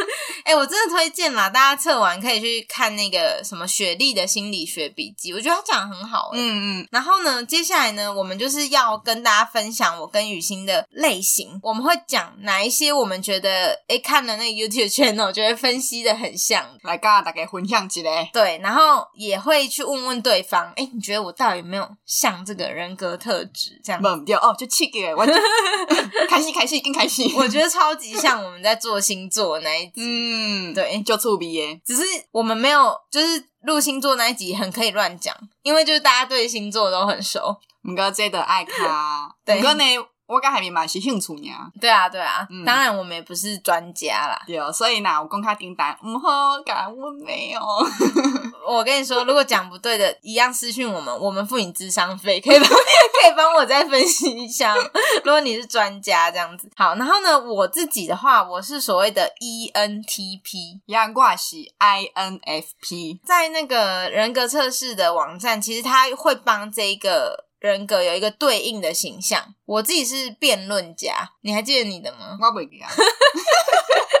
Speaker 1: 哎、我真的推荐啦，大家测完可以去看那个什么雪莉的心理学笔记，我觉得他讲得很好、欸。
Speaker 2: 嗯嗯，
Speaker 1: 然后呢，接下来呢，我们就是要跟大家分享我跟雨欣的类型，我们会讲哪一些我们觉得，诶看了那个 YouTube channel 觉得分析的很像，
Speaker 2: 来甲大家分享一下。
Speaker 1: 对，然后也会去问问对方，诶你觉得我到底有没有像这个人格特质？这样，
Speaker 2: 无毋对哦，就刺激 诶，我就开始开始更开始。
Speaker 1: 我觉得超级像我们在做星座那一集，
Speaker 2: 嗯，
Speaker 1: 对，
Speaker 2: 就趣味诶。
Speaker 1: 只是我们没有就是录星座那一集很可以乱讲，因为就是大家对星座都很熟，
Speaker 2: 毋过这著爱 卡，
Speaker 1: 对
Speaker 2: 毋过呢，我甲海绵嘛是兴趣尔。
Speaker 1: 对啊，对啊，
Speaker 2: 嗯
Speaker 1: 当然我们也不是专家啦。
Speaker 2: 对，所以呐，有讲较简单，毋好甲阮没有。
Speaker 1: 我跟你说，如果讲不对的，一样私讯我们，我们付你智商费，可以帮可以帮我再分析一下吗。如果你是专家这样子，好，然后呢，我自己的话，我是所谓的 E ENTP，
Speaker 2: 呀，我是 INFP。
Speaker 1: 在那个人格测试的网站，其实它会帮这一个人格有一个对应的形象。我自己是辩论家，你还记得你的 吗？
Speaker 2: 我袂记啊，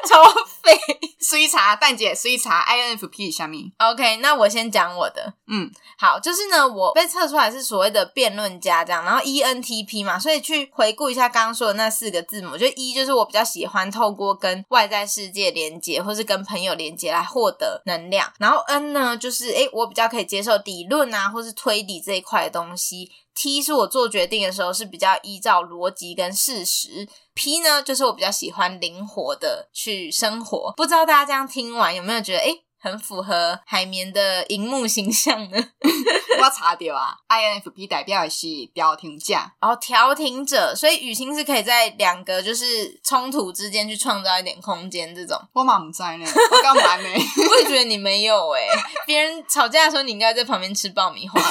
Speaker 1: 超废。
Speaker 2: 水茶蛋姐，水茶 INFP 是啥物？
Speaker 1: OK，那我先讲我的，
Speaker 2: 嗯，
Speaker 1: 好，就是呢，我被测出来是所谓的辩论家这样，然后 E ENTP 嘛，所以去回顾一下刚刚说的那四个字母，就 E 就是我比较喜欢透过跟外在世界连接，或是跟朋友连接来获得能量，然后 N 呢就是诶、我比较可以接受理论啊，或是推理这一块的东西。T 是我做决定的时候是比较依照逻辑跟事实，P 呢就是我比较喜欢灵活的去生活。不知道大家这样听完有没有觉得诶、很符合海绵的荧幕形象呢？
Speaker 2: 我查着啊，INFP 代表的是调停者。
Speaker 1: 然后哦调停者，所以雨欣是可以在两个就是冲突之间去创造一点空间。这种
Speaker 2: 我嘛毋知呢，我干嘛呢？
Speaker 1: 我也觉得你没有诶、别人吵架的时候你应该在旁边吃爆米花吧？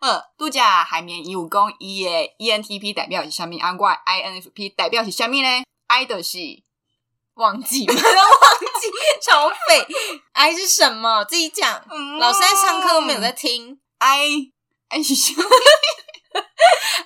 Speaker 2: 呃，拄则海绵伊有讲伊 E 诶 ENTP 代表是啥物，啊，我的 INFP 代表是啥物呢？I 就是
Speaker 1: 忘记 了，忘记超废。I 是什么？自己讲。老师在上课都没有在听。
Speaker 2: I I 是啥？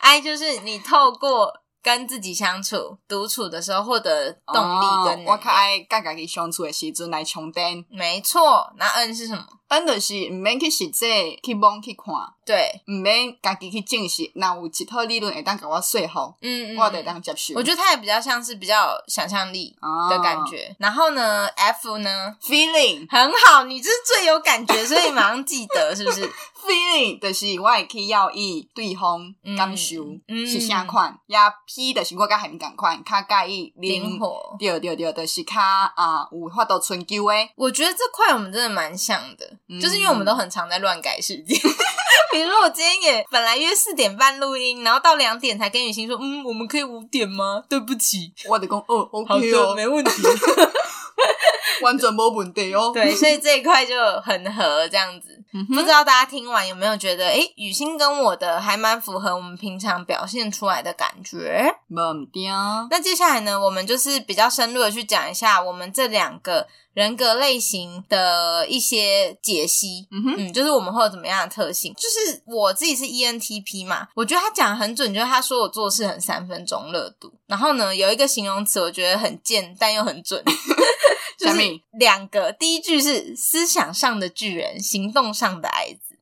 Speaker 1: I 哎就是你透过跟自己相处、独处的时候获得动力跟能
Speaker 2: 哦
Speaker 1: 量。
Speaker 2: 我较爱甲家己相处诶时阵来充电。
Speaker 1: 没错。那 N 是什么？
Speaker 2: 咱就是毋免去实际去望去看，
Speaker 1: 对，
Speaker 2: 毋免家己去证实，若有一套理论会当甲我说服，
Speaker 1: 嗯，嗯
Speaker 2: 我得当接受。啊
Speaker 1: 我觉得它也比较像是比较有想象力
Speaker 2: 哦
Speaker 1: 的感觉。然后呢，F 呢
Speaker 2: feeling
Speaker 1: 很好，你这是最有感觉，所以马上记得是不 是？
Speaker 2: feeling 就是我会去要伊对方
Speaker 1: 嗯
Speaker 2: 感受
Speaker 1: 嗯
Speaker 2: 是啥款，也 P 就是我甲海面共款，较介意
Speaker 1: 灵。活，
Speaker 2: 对对对，就是较啊、有法度春 秋诶，
Speaker 1: 我觉得这块我们真的蛮像的，
Speaker 2: 嗯
Speaker 1: 就是因为我们都很常在乱改时间。 比如说，我今天也本来约四点半录音，然后到两点才跟雨欣说，嗯，我们可以五点吗？对不起，
Speaker 2: 我就讲哦
Speaker 1: 好
Speaker 2: ，OK
Speaker 1: 的，
Speaker 2: 哦，
Speaker 1: 没问题。
Speaker 2: 完全无问题哦。
Speaker 1: 对，所以这一块就很合这样子。
Speaker 2: 嗯
Speaker 1: 不
Speaker 2: 哼，
Speaker 1: 知道大家听完有没有觉得，诶、雨欣跟我的还蛮符合我们平常表现出来的感觉。
Speaker 2: 无毋对，
Speaker 1: 那接下来呢，我们就是比较深入的去讲一下我们这两个人格类型的一些解析。
Speaker 2: 嗯哼，
Speaker 1: 嗯，就是我们会有怎么样的特性？就是我自己是 E ENTP 嘛，我觉得他讲得很准，就是他说我做事很三分钟热度。然后呢，有一个形容词我觉得很贱，但又很准， 就
Speaker 2: 什
Speaker 1: 是
Speaker 2: 么
Speaker 1: 两个。第一句是思想上的巨人，行动上的矮子。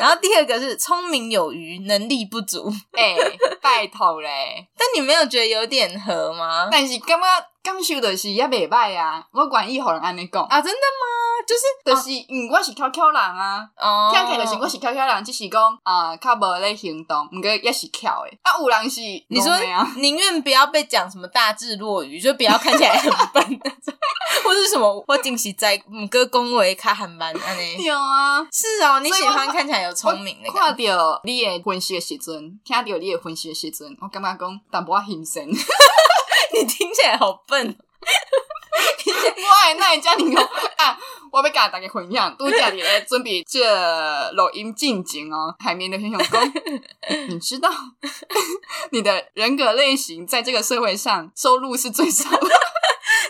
Speaker 1: 然后第二个是聪明有余，能力不足。
Speaker 2: 诶、拜托咧，
Speaker 1: 但你没有觉得有点合吗？
Speaker 2: 但是感觉感受就是也袂歹啊，我愿意互人安尼讲，
Speaker 1: 啊，真的吗？就是
Speaker 2: 就是嗯，我是翘翘人啊。
Speaker 1: 哦，
Speaker 2: 听起来就是我是翘翘人，只是讲啊、较无咧行动，毋过也是翘诶。啊，有人是
Speaker 1: 你说
Speaker 2: 戆的 啊，
Speaker 1: 宁愿不要被讲什么大智若愚， 就不要看起来很笨那种， 或是什么我近期在母哥恭维卡韩班安尼。
Speaker 2: 对啊。
Speaker 1: 是哦，你
Speaker 2: 所以
Speaker 1: 喜
Speaker 2: 我
Speaker 1: 欢看起来有聪明的
Speaker 2: 我
Speaker 1: 感
Speaker 2: 看
Speaker 1: 觉。
Speaker 2: 到你的分析的时阵，听到你的分析 的时阵，我感觉讲淡薄仔心酸。
Speaker 1: 你听起来好笨，
Speaker 2: 我的那遮尔讲啊，我要甲大家分享，拄则伫咧准备这录音进前哦，海绵的先想讲，你知道你的人格类型在这个社会上收入是最少的，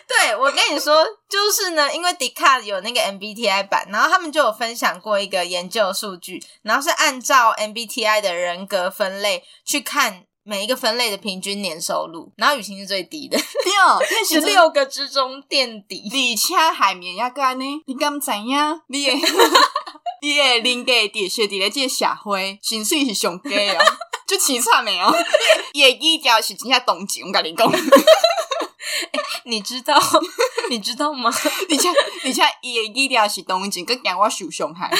Speaker 1: 对，我跟你说， 就是呢，因为迪卡有那个 MBTI 版，然后他们就有分享过一个研究数据，然后是按照 MBTI 的人格分类去看每一个分类的平均年收入，然后雨晴是最低的，
Speaker 2: 对，
Speaker 1: 十六个之中垫底。
Speaker 2: 而且海绵也个安尼，你敢知影？你诶， 你诶，人格的确伫咧即个社会，薪水是上低哦，就凄惨诶哦。伊诶语调是真正动情，我甲你讲，而
Speaker 1: 你知 道，你知道吗？
Speaker 2: 且而且伊诶语调是动情，佮惊我受伤害。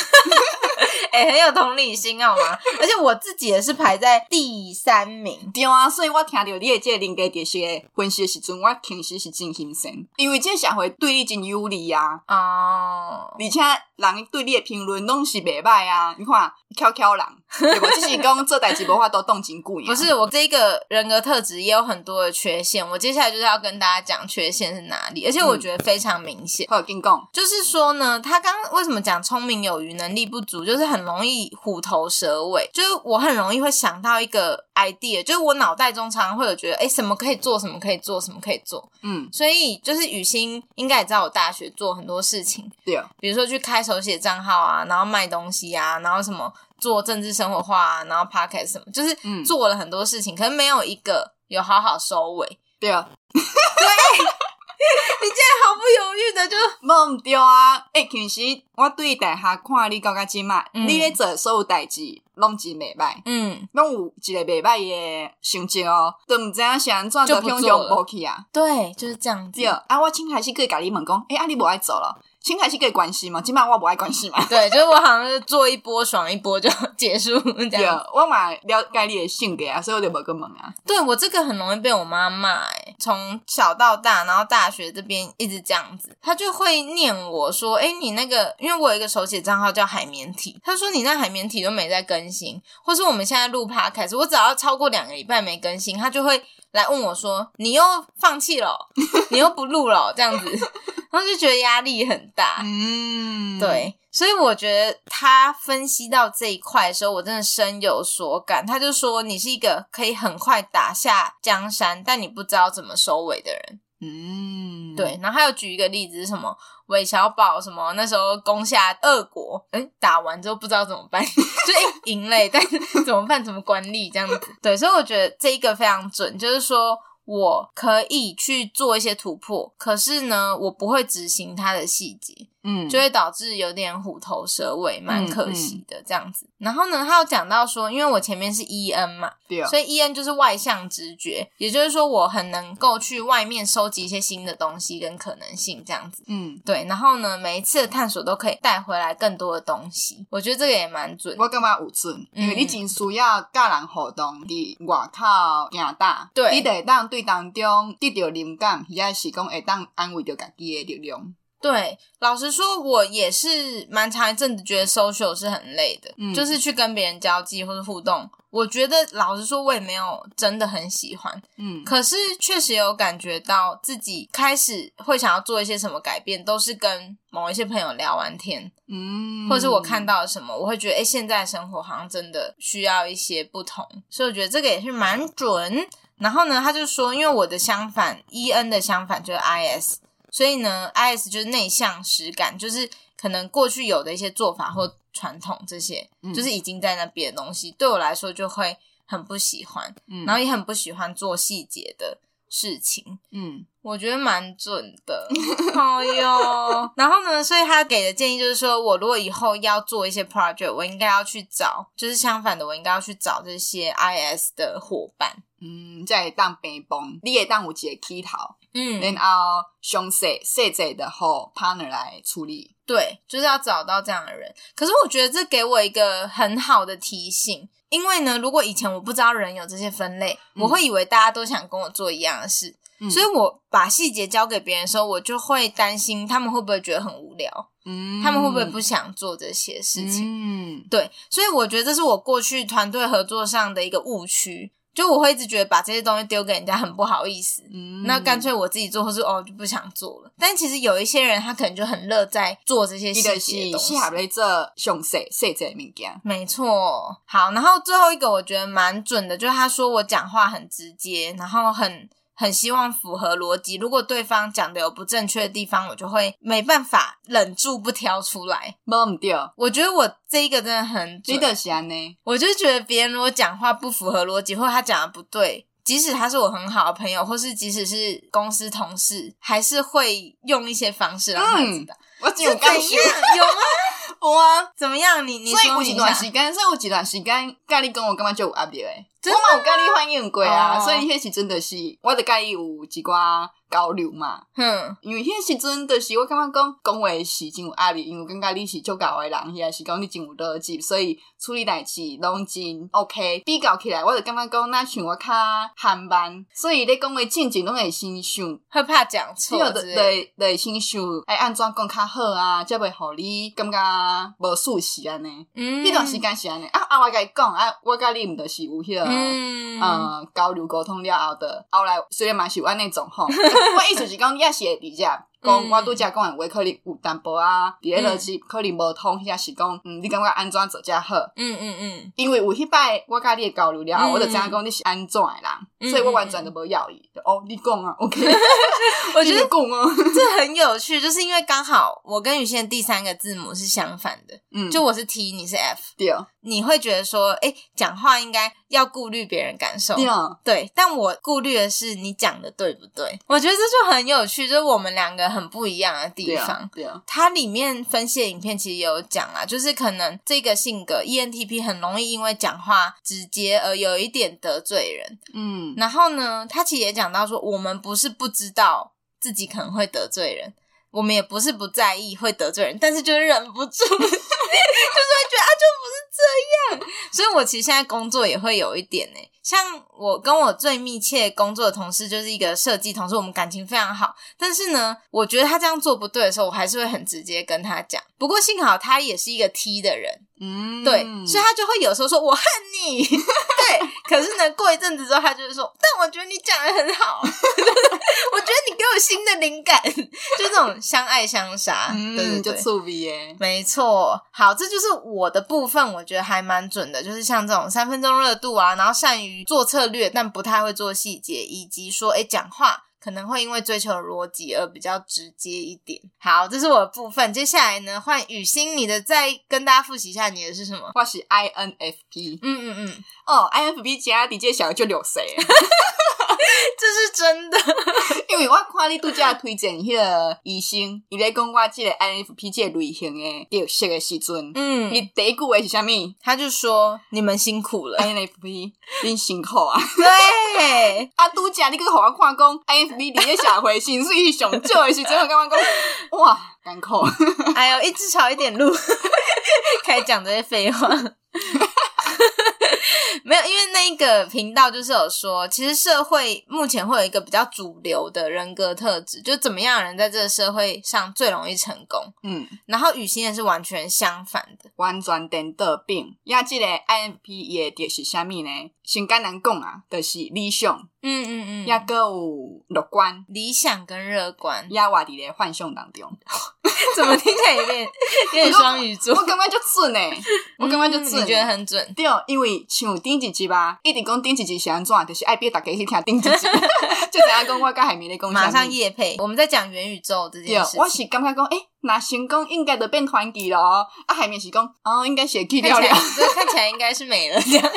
Speaker 1: 哎、很有同理心，好吗？而且我自己也是排在第三名。
Speaker 2: 对啊，所以我听到你的这个人格特色的分析的时阵，我其实是真心酸，因为这个社会对你真有利啊，
Speaker 1: 哦，
Speaker 2: 而且人对你的评论拢是袂歹啊。你看，翘翘人，对无？只是讲做代志无法度动真啊久尔。
Speaker 1: 不是，我这个人格特质也有很多的缺陷，我接下来就是要跟大家讲缺陷是哪里，而且我觉得非常明显。
Speaker 2: 好，跟你讲，
Speaker 1: 就是说呢，他刚刚为什么讲聪明有余，能力不足，就是很容易虎头蛇尾。就是我很容易会想到一个 idea，就是我脑袋中常常会有觉得，哎，什么可以做，什么可以做，什么可以做。
Speaker 2: 嗯，
Speaker 1: 所以就是雨欣应该也知道，我大学做很多事情，
Speaker 2: 对，
Speaker 1: 比如说去开手写账号啊，然后卖东西啊，然后什么做政治生活化啊，然后 podcast 什么，就是
Speaker 2: 嗯
Speaker 1: 做了很多事情，可是没有一个有好好收尾。
Speaker 2: 对啊，
Speaker 1: 你竟然毫不犹豫的就
Speaker 2: 无毋对啊。诶、其实我对大下看你到甲即嘛，
Speaker 1: 嗯
Speaker 2: 你咧做的所有代志拢真袂歹。
Speaker 1: 嗯，
Speaker 2: 拢有一个袂歹的成绩哦，都毋知影是安怎
Speaker 1: 就
Speaker 2: 就
Speaker 1: 不
Speaker 2: 向
Speaker 1: 做了
Speaker 2: 用无去啊。
Speaker 1: 对，就是这样子
Speaker 2: 对。啊，我先开始会甲你问讲，诶、啊，你无爱做咯？先开始会关系嘛，即摆我无爱关系嘛。
Speaker 1: 对，就是我好像是做一波爽一波就结束这
Speaker 2: 对
Speaker 1: 样。，
Speaker 2: 我嘛了解你的性格啊，所以我就无去问啊。
Speaker 1: 对我这个很容易被我妈骂、欸，从小到大，然后大学这边一直这样子，她就会念我说：“哎、你那个，因为我有一个手写账号叫海绵体，她说你那海绵体都没在更新，或是我们现在录 podcast，我只要超过两个礼拜没更新，她就会来问我说：你又放弃了哦，你又不录了哦，这样子，然后就觉得压力很大。
Speaker 2: 嗯，
Speaker 1: 对，所以我觉得他分析到这一块的时候，我真的深有所感。他就说，你是一个可以很快打下江山，但你不知道怎么收尾的人。
Speaker 2: 嗯，
Speaker 1: 对，然后他又举一个例子，是什么韦小宝什么那时候攻下俄国，嗯，打完之后不知道怎么办， 就诶赢了，但是怎么办？怎么管理这样子？对，所以我觉得这一个非常准，就是说。我可以去做一些突破，可是呢，我不会执行它的细节。
Speaker 2: 嗯，
Speaker 1: 就会导致有点虎头蛇尾，蛮可惜的这样子。然后呢，他有讲到说，因为我前面是 E N 嘛，
Speaker 2: 对，啊
Speaker 1: 所以 E N 就是外向直觉，也就是说我很能够去外面收集一些新的东西跟可能性这样子。
Speaker 2: 嗯，
Speaker 1: 对，然后呢，每一次的探索都可以带回来更多的东西，我觉得这个也蛮准。
Speaker 2: 我感觉有准，
Speaker 1: 嗯
Speaker 2: 因为你真需要甲人互动，伫外口行大，
Speaker 1: 对
Speaker 2: 你就会当对当中得到灵感，或者是讲会当安慰着家己的力量。
Speaker 1: 对，老实说，我也是蛮长一阵子觉得 social 是很累的，
Speaker 2: 嗯
Speaker 1: 就是去跟别人交际或者互动。我觉得老实说，我也没有真的很喜欢，
Speaker 2: 嗯，
Speaker 1: 可是确实有感觉到自己开始会想要做一些什么改变，都是跟某一些朋友聊完天，
Speaker 2: 嗯，
Speaker 1: 或者是我看到了什么，我会觉得，哎、现在生活好像真的需要一些不同，所以我觉得这个也是蛮准。然后呢，他就说，因为我的相反，E N 的相反就是 I S，所以呢，I S 就是内向实感，就是可能过去有的一些做法或传统这些，
Speaker 2: 嗯
Speaker 1: 就是已经在那边的东西，对我来说就会很不喜欢。
Speaker 2: 嗯，
Speaker 1: 然后也很不喜欢做细节的事情。
Speaker 2: 嗯，
Speaker 1: 我觉得蛮准的，哎呦，然后呢，所以他给的建议就是说，我如果以后要做一些 project，我应该要去找，就是相反的，我应该要去找这些 IS 的伙伴。
Speaker 2: 嗯，才会当平帮，你会当有一个起头，
Speaker 1: 嗯，
Speaker 2: 然后详细细节的互 partner 来处理。
Speaker 1: 对，就是要找到这样的人。可是我觉得这给我一个很好的提醒，因为呢，如果以前我不知道人有这些分类，
Speaker 2: 嗯
Speaker 1: 我会以为大家都想跟我做一样的事，
Speaker 2: 嗯
Speaker 1: 所以我把细节交给别人的时候，我就会担心他们会不会觉得很无聊，
Speaker 2: 嗯
Speaker 1: 他们会不会不想做这些事情？
Speaker 2: 嗯
Speaker 1: 对，所以我觉得这是我过去团队合作上的一个误区。就我会一直觉得把这些东西丢给人家很不好意思。
Speaker 2: 嗯
Speaker 1: 那干脆我自己做，或是哦就不想做了。但其实有一些人，他可能就很乐在做这些
Speaker 2: 伊
Speaker 1: 细节
Speaker 2: 就
Speaker 1: 的
Speaker 2: 是
Speaker 1: 东西
Speaker 2: 适。合咧做上细细节的物件。
Speaker 1: 没错，好，然后最后一个我觉得蛮准的，就是他说我讲话很直接，然后很很希望符合逻辑。如果对方讲的有不正确的地方，我就会没办法忍住不挑出来。
Speaker 2: 无毋对，
Speaker 1: 我觉得我这一个真的很
Speaker 2: 你
Speaker 1: 准，
Speaker 2: 就是安尼。
Speaker 1: 我就觉得别人如果讲话不符合逻辑，或者他讲的不对，即使他是我很好的朋友，或是即使是公司同事，还是会用一些方式让他知道。
Speaker 2: 我
Speaker 1: 是怎
Speaker 2: 只有
Speaker 1: 样？
Speaker 2: 感受
Speaker 1: 有吗？
Speaker 2: 有啊。
Speaker 1: 怎么样？你你
Speaker 2: 所以
Speaker 1: 说
Speaker 2: 有
Speaker 1: 明
Speaker 2: 一
Speaker 1: 一
Speaker 2: 段
Speaker 1: 下。
Speaker 2: 时间，所以有一段时间，甲你讲我感觉就有压力诶。我
Speaker 1: 真的
Speaker 2: 嘛有甲你反映过啊，
Speaker 1: 哦
Speaker 2: 所以迄时阵就是，我就甲伊有一寡交流嘛。
Speaker 1: 哼，
Speaker 2: 因为迄时阵就是我感觉讲讲话是真有压力，因为我感觉你是足够诶人，迄个是讲你真有逻辑，所以处理代志拢真 OK。比较起来，我就感觉讲，若像我较含慢，所以咧讲话进前拢会先想，你
Speaker 1: 会怕讲错
Speaker 2: 就
Speaker 1: 之
Speaker 2: 就
Speaker 1: 类的。
Speaker 2: 就会先想，哎，安怎讲较好啊，才袂互你感觉无舒适安尼。
Speaker 1: 嗯
Speaker 2: 迄、段时间是安尼，啊啊，我甲伊讲，啊，我甲你毋著是有迄、个。
Speaker 1: 嗯
Speaker 2: 呃，交流沟通了后的，后来虽然嘛是有安尼状 况，我意思是讲，你也是会理解，讲
Speaker 1: 嗯
Speaker 2: 我拄则讲的话，可能有淡薄啊，伫咧落是可能无通，或者是讲，嗯，你感觉安怎做才好？
Speaker 1: 嗯嗯嗯，
Speaker 2: 因为有迄摆我甲你的交流了后，
Speaker 1: 嗯
Speaker 2: 我就知影讲你是安怎的人，
Speaker 1: 嗯
Speaker 2: 所以我完全都无要伊。哦，你讲啊，OK，
Speaker 1: 我觉
Speaker 2: 你就
Speaker 1: 得
Speaker 2: 讲啊，
Speaker 1: 这很有趣，就是因为刚好我跟雨欣第三个字母是相反的，
Speaker 2: 嗯，
Speaker 1: 就我是 T，你是 F，
Speaker 2: 对
Speaker 1: 你会觉得说，哎，讲话应该要顾虑别人感受
Speaker 2: 对，啊
Speaker 1: 对，但我顾虑的是你讲的对不对。我觉得这就很有趣，就是我们两个很不一样的地
Speaker 2: 对啊
Speaker 1: 方。
Speaker 2: 对，
Speaker 1: 它里面分析的影片其实也有讲啊，就是可能这个性格，E ENTP 很容易因为讲话直接而有一点得罪人。
Speaker 2: 嗯，
Speaker 1: 然后呢，他其实也讲到说，我们不是不知道自己可能会得罪人，我们也不是不在意会得罪啊人， 但是就是忍不住，就是会觉得啊，就不是这样。所以我其实现在工作也会有一点呢、像我跟我最密切工作的同事就是一个设计同事，我们感情非常好。但是呢，我觉得他这样做不对的时候，我还是会很直接跟他讲。不过幸好他也是一个 T 的人，
Speaker 2: 嗯，
Speaker 1: 对，所以他就会有时候说我恨你， 对。可是呢，过一阵子之后，他就会说，但我觉得你讲的很好， 我觉得你给我新的灵感， 就这种相爱相杀，对
Speaker 2: 嗯，
Speaker 1: 对
Speaker 2: 就
Speaker 1: 对。
Speaker 2: 趣味诶，
Speaker 1: 没错，好，这就是我的部分，我觉得还蛮准的，就是像这种三分钟热度啊，然后善于做策略，但不太会做细节，以及说，哎，讲话可能会因为追求逻辑而比较直接一点。好，这是我的部分，接下来呢，换雨欣，你的再跟大家复习一下你的是什么？
Speaker 2: 我是 INFP，
Speaker 1: 嗯嗯嗯，
Speaker 2: 哦，INFP 加底介小就六岁。
Speaker 1: 这是真的。
Speaker 2: 因为我看你拄则推荐迄个医生，伊咧讲我即个 INFP 即个类型诶特色诶时阵，伊、
Speaker 1: 嗯，
Speaker 2: 第一句话 是啥物
Speaker 1: 他就说你们辛苦了。
Speaker 2: ？INFP，恁辛苦啊！
Speaker 1: 对，
Speaker 2: 啊，拄则你去互我看讲 INFP 伫咧社会薪水上少诶时阵，我感觉讲哇，艰 苦。
Speaker 1: 哎呦，一只少一点路， 开始讲这些废话。 没有，因为那一个频道就是有说，其实社会目前会有一个比较主流的人格特质，就怎么样的人在这个社会上最容易成功。
Speaker 2: 嗯，
Speaker 1: 然后雨欣也是完全相反的，
Speaker 2: 完全颠倒病。也即个 INFP 伊诶特色是啥物呢？先简单讲啊，就是理想，
Speaker 1: 嗯嗯
Speaker 2: 抑搁有乐观，
Speaker 1: 理想跟乐观，
Speaker 2: 也活伫咧幻想当中。
Speaker 1: 怎么听起来有点有点双鱼座
Speaker 2: 我？感觉就准诶、我感觉就
Speaker 1: 嗯
Speaker 2: 准、欸
Speaker 1: 你觉得很准？
Speaker 2: 对，因为像顶一集吧，一直讲顶一集是安怎，就是爱逼大家去听顶 一集，就知影讲我甲海绵咧讲啥物
Speaker 1: 马上夜配，我们在讲元宇宙这
Speaker 2: 对
Speaker 1: 件事，情。
Speaker 2: 我是感觉讲，诶、若成功应该就变团结咯。啊，海绵是讲，哦，应该是会去
Speaker 1: 看
Speaker 2: 了
Speaker 1: 起
Speaker 2: 了
Speaker 1: 来，，这看起来应该是没了。 这样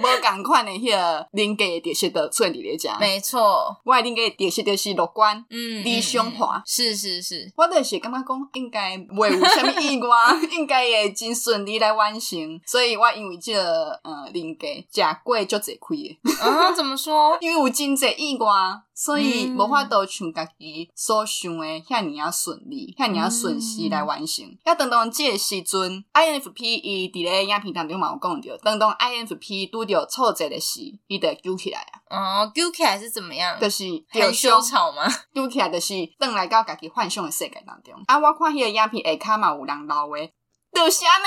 Speaker 2: 无共款的迄个人格的特色就出现伫咧遮。
Speaker 1: 没错，
Speaker 2: 我的人格的特色就是乐观，
Speaker 1: 嗯，
Speaker 2: 理想化
Speaker 1: 嗯嗯是是是，
Speaker 2: 我就是感觉讲，应该袂有啥物意 外，应该会真顺利来完成。所以我因为即、个呃人格，食过足侪亏的。
Speaker 1: 啊，怎么说？
Speaker 2: 因为有真侪意外，所以
Speaker 1: 嗯
Speaker 2: 无法度像家己所想的遐尼啊顺利，遐尼啊顺势来完成。
Speaker 1: 嗯
Speaker 2: 要等到即个时阵，INFP 伊伫咧影片当中嘛有讲着，等到 INFP 拄着挫折的时，伊就会揪起来啊，
Speaker 1: 哦，Guki 还是怎么样？
Speaker 2: 就是
Speaker 1: 很
Speaker 2: 受
Speaker 1: 羞草 吗？
Speaker 2: 揪起来，就是转来到家己幻想的世界当中。啊，我看迄个影片下骹嘛有人老的，就 是安尼，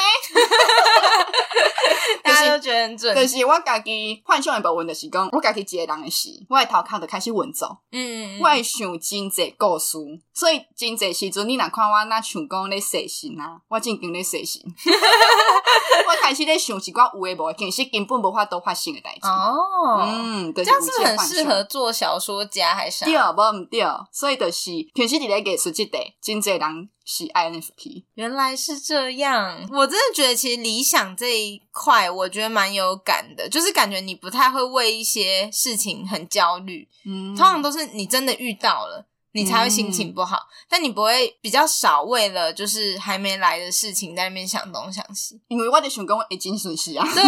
Speaker 1: 大家都觉得很准。嗯
Speaker 2: 就是我家己幻想的部分，就是讲我家己一个人的事，我的头壳就开始运作，
Speaker 1: 嗯，嗯嗯
Speaker 2: 我会想真济故事，所以真济时阵你若看我若像讲咧洗身啊，我正经咧洗 身，我开始咧想一寡有诶无的，其实根本无法度发生诶代志。
Speaker 1: 哦，
Speaker 2: 嗯，
Speaker 1: 这
Speaker 2: 这
Speaker 1: 样是不是很适合做小说家还是啥？啊
Speaker 2: 对，啊无毋对，所以就是平时伫咧艺术即块，真侪人是 INFP。
Speaker 1: 原来是这样，我真的觉得其实理想这一块，我觉得蛮有感的，就是感觉你不太会为一些事情很焦虑，
Speaker 2: 嗯
Speaker 1: 通常都是你真的遇到了。你才会心情不
Speaker 2: 嗯
Speaker 1: 好，但你不会比较少为了就是还没来的事情在那边想东想 西。
Speaker 2: 因为我就想讲，会真顺势啊。
Speaker 1: 对，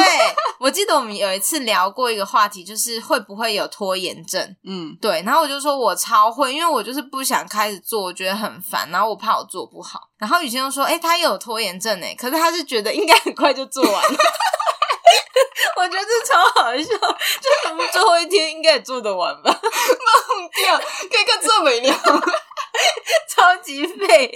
Speaker 1: 我记得我们有一次聊过一个话题，就是会不会有拖延症？
Speaker 2: 嗯
Speaker 1: 对，然后我就说我超会，因为我就是不想开始做，我觉得很烦，然后我怕我做不好。然后雨欣就说：“哎、他也有拖延症哎，可是他是觉得应该很快就做完 了。”我觉得这超好笑，就可能最后一天应该也做得完吧，
Speaker 2: 对，这个做袂 了。
Speaker 1: 超级废。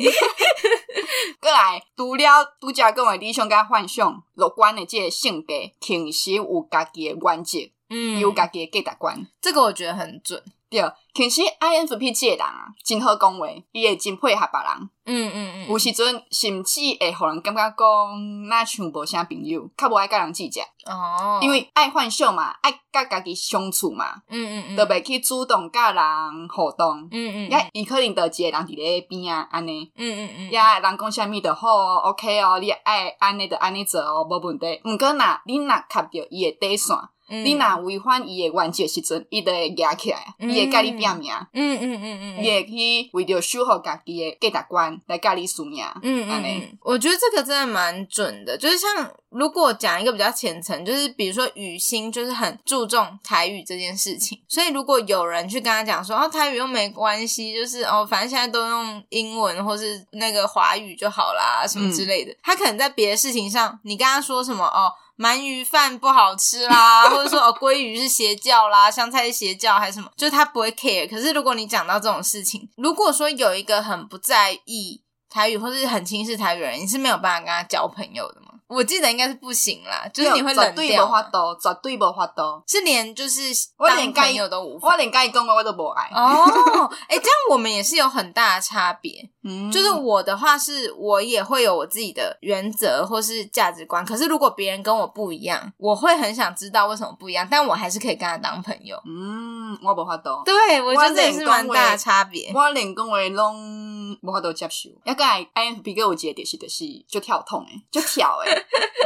Speaker 2: 过来，除了拄则讲诶理想甲幻想、乐观诶即个性格，其实有家己诶原则，
Speaker 1: 嗯，
Speaker 2: 有家己诶价值观。
Speaker 1: 这个我觉得很准。
Speaker 2: 对，其实 INFP 即个人啊，真好讲话，伊会真配合别人。
Speaker 1: 嗯嗯
Speaker 2: 有
Speaker 1: 嗯，
Speaker 2: 时阵甚至会互人感觉讲，那像无啥朋友，较无爱甲人计较。
Speaker 1: 哦，
Speaker 2: 因为爱幻想嘛，爱甲家己相处嘛，
Speaker 1: 嗯嗯嗯，
Speaker 2: 特别去主动甲人互动。
Speaker 1: 嗯嗯嗯
Speaker 2: 呀，伊可能就一个人伫咧边啊，安尼。
Speaker 1: 嗯嗯嗯，
Speaker 2: 呀，人讲啥物就好哦，OK 哦，你爱安尼就安尼做哦，无问题。毋过若你若卡着伊诶底线，
Speaker 1: 嗯
Speaker 2: 你若违反伊诶原则的时阵，伊就会举起来，伊
Speaker 1: 嗯
Speaker 2: 会甲你拼命，
Speaker 1: 嗯嗯嗯嗯嗯，
Speaker 2: 伊会去为着守护家己诶价值观来甲你输赢。
Speaker 1: 嗯
Speaker 2: 安
Speaker 1: 嗯，
Speaker 2: 尼
Speaker 1: 嗯，我觉得这个真的蛮准的。就是像如果讲一个比较浅层，就是比如说雨欣就是很注重台语这件事情， 所以如果有人去跟他讲说哦台语又没关系，就是哦反正现在都用英文或是那个华语就好啦，什么之类的，他可能在别的事情上，你跟他说什么哦。鳗鱼饭不好吃啦，或者说哦，鲑鱼是邪教啦，香菜是邪教还是什么，就是他不会 care。可是如果你讲到这种事情，如果说有一个很不在意台语或是很轻视台语的人，你是没有办法跟他交朋友的吗？我记得应该是不行啦，就是你会
Speaker 2: 绝
Speaker 1: 冷
Speaker 2: 对无
Speaker 1: 掉啊
Speaker 2: 法
Speaker 1: 吗，
Speaker 2: 度，绝对无法度。
Speaker 1: 是连就是
Speaker 2: 我连
Speaker 1: 当
Speaker 2: 跟
Speaker 1: 朋友都无
Speaker 2: 我
Speaker 1: 法。
Speaker 2: 连甲伊讲话我都无爱。
Speaker 1: 哦，哎、这样我们也是有很大的差别。
Speaker 2: 嗯
Speaker 1: 就是我的话是，我也会有我自己的原则或是价值观。可是如果别人跟我不一样，我会很想知道为什么不一样，但我还是可以跟他当朋友。
Speaker 2: 嗯，我无法度。
Speaker 1: 对，我觉得这也是蛮大的差别。
Speaker 2: 我连讲话拢无法度接受，抑个 INFP 个有一个特色就是就跳痛诶，就跳诶，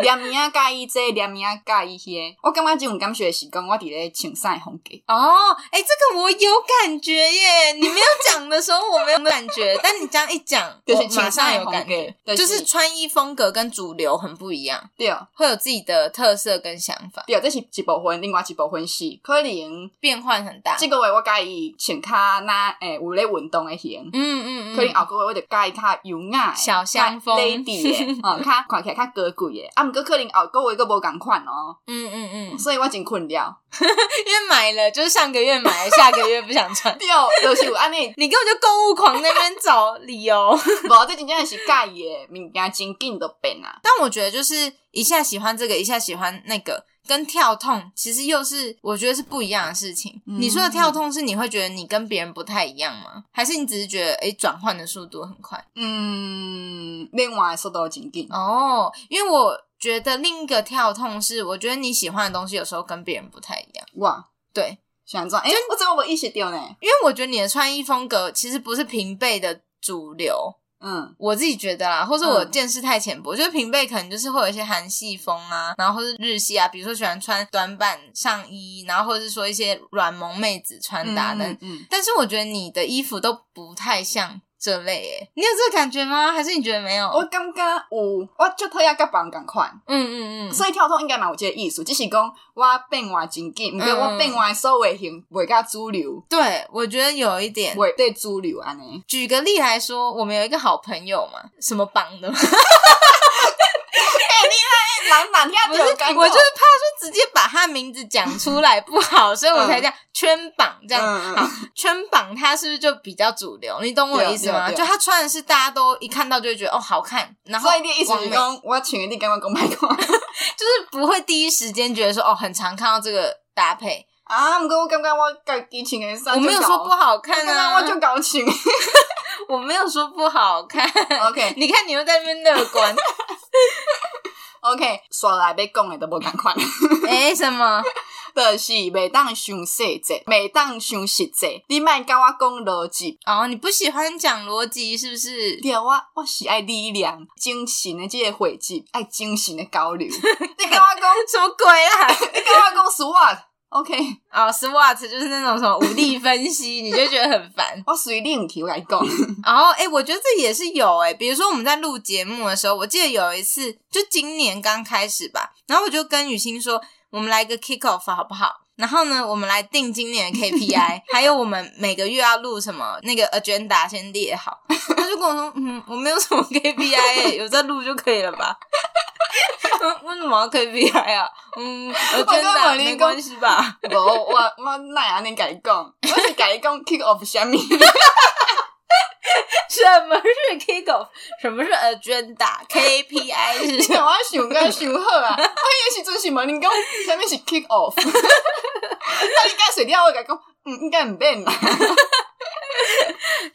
Speaker 2: 念名介意这，念名介意迄，我感觉这种感觉是讲我伫咧穿啥的风格。
Speaker 1: 哦，哎、这个我有感觉耶！ 你没有讲的时候我没有感觉， 但你这样一讲，
Speaker 2: 就是
Speaker 1: 我马上有感
Speaker 2: 请上一
Speaker 1: 觉
Speaker 2: 红，给
Speaker 1: 就是穿衣风格跟主流很不一样，
Speaker 2: 对哦
Speaker 1: 会有自己的特色跟想法，
Speaker 2: 对，这是一部分，另外一部分是可能
Speaker 1: 变换很大。
Speaker 2: 这个月我介意穿较那诶有咧运动诶型。
Speaker 1: 嗯嗯嗯，
Speaker 2: 可能后个月我就介意较优雅的、
Speaker 1: 小香风
Speaker 2: 较 lady 诶，哦，较看起来较高贵诶。啊，毋过可能后个月个无共款 哦，
Speaker 1: 嗯嗯嗯，
Speaker 2: 所以我真困了。
Speaker 1: 因为买了就是上个月买，下个月不想穿，
Speaker 2: 对，哦就是有安尼
Speaker 1: 你根本就购物狂那边找理由。
Speaker 2: 无，这真正是介意诶物件，真紧就变啊。
Speaker 1: 但我觉得就是一下喜欢这个，一下喜欢那个，跟跳痛其实又是我觉得是不一样的事情。
Speaker 2: 嗯
Speaker 1: 你说的跳痛是你会觉得你跟别人不太一样吗？还是你只是觉得诶转换的速度很快？
Speaker 2: 嗯，另外的速度真紧。
Speaker 1: 哦，因为我觉得另一个跳痛是，我觉得你喜欢的东西有时候跟别人不太一样。
Speaker 2: 哇，
Speaker 1: 对，
Speaker 2: 想怎？诶、我怎么无意识到呢？
Speaker 1: 因为我觉得你的穿衣风格其实不是平辈的主流，
Speaker 2: 嗯
Speaker 1: 我自己觉得啦，或是我
Speaker 2: 嗯
Speaker 1: 见识太浅薄，就是平辈可能就是会有一些韩系风啊，然后或是日系啊，比如说喜欢穿短版上衣，然后或者是说一些软萌妹子穿搭的。
Speaker 2: 嗯嗯，
Speaker 1: 但是我觉得你的衣服都不太像这类诶，你有这个感觉吗？还是你觉得没有？
Speaker 2: 我感觉有，我就讨厌甲别人共款。
Speaker 1: 嗯嗯嗯，
Speaker 2: 所以跳痛应该嘛有即个意思，只是讲我变化真紧，毋过我变化的所有的型袂甲主流，
Speaker 1: 对，我觉得有一点。
Speaker 2: 袂对主流安尼。
Speaker 1: 举个例来说，我们有一个好朋友嘛，什么帮的，
Speaker 2: 诶、厉害，人哪听
Speaker 1: 不，
Speaker 2: 就是有感
Speaker 1: 我就是怕说直接把他名字讲出来不好，所以
Speaker 2: 嗯
Speaker 1: 我才这样圈绑这样。
Speaker 2: 嗯嗯
Speaker 1: 好，圈绑他是不是就比较主流？你懂我
Speaker 2: 对啊
Speaker 1: 意思吗？
Speaker 2: 对啊
Speaker 1: 就
Speaker 2: 对啊
Speaker 1: 他穿的是大家都一看到就会觉得哦好看，然后
Speaker 2: 所以你的意思
Speaker 1: 完
Speaker 2: 是
Speaker 1: 美
Speaker 2: 讲，我请你跟我讲买看。
Speaker 1: 就是不会第一时间觉得说哦很常看到这个搭配。
Speaker 2: 啊，毋过我感觉我家己穿的衫，
Speaker 1: 我没有说不，好
Speaker 2: 我
Speaker 1: 看
Speaker 2: 感
Speaker 1: 啊，
Speaker 2: 觉我就搞穿。
Speaker 1: 我没有说不好看。
Speaker 2: OK
Speaker 1: 哦你看你又在那边乐 观，
Speaker 2: OK，刷来要讲的都无共 款，
Speaker 1: 哎、什么？
Speaker 2: 就是袂当伤细节，袂当伤实际。你莫甲我讲逻辑，
Speaker 1: 哦，你不喜欢讲逻辑是不是？
Speaker 2: 对啊我我是爱力量、精神的即个汇集，爱精神的交 流。你甲我讲，
Speaker 1: 什么鬼啊啦？
Speaker 2: 你甲我讲啊 SWOT，OK，、
Speaker 1: 哦，SWOT 就是那种什么武力分析，你就觉得很烦。
Speaker 2: 我随你毋去，我甲你讲。
Speaker 1: 然后，哎，我觉得这也是有哎、比如说我们在录节目的时候，我记得有一次，就今年刚开始吧，然后我就跟雨欣说，我们来一个 kick off 好不好？然后呢，我们来定今年的 KPI，还有我们每个月要录什么那个 agenda 先列好。他就跟我说，嗯，我没有什么 KPI，、欸、有在录就可以了吧？ 嗯为什么要 KPI 啊？嗯，agenda
Speaker 2: 问你
Speaker 1: 没
Speaker 2: 讲
Speaker 1: 关系吧？
Speaker 2: 无，我我哪会安尼甲你讲？我是甲你讲 kick off 啥物？
Speaker 1: 什么是 kick off？什么是 agenda？KPI 是什
Speaker 2: 想
Speaker 1: 么？
Speaker 2: 我想甲想好啊！我迄个时阵是问恁讲，啥物是 kick off？啊， 你甲水了，我甲讲，嗯，应该毋免啦，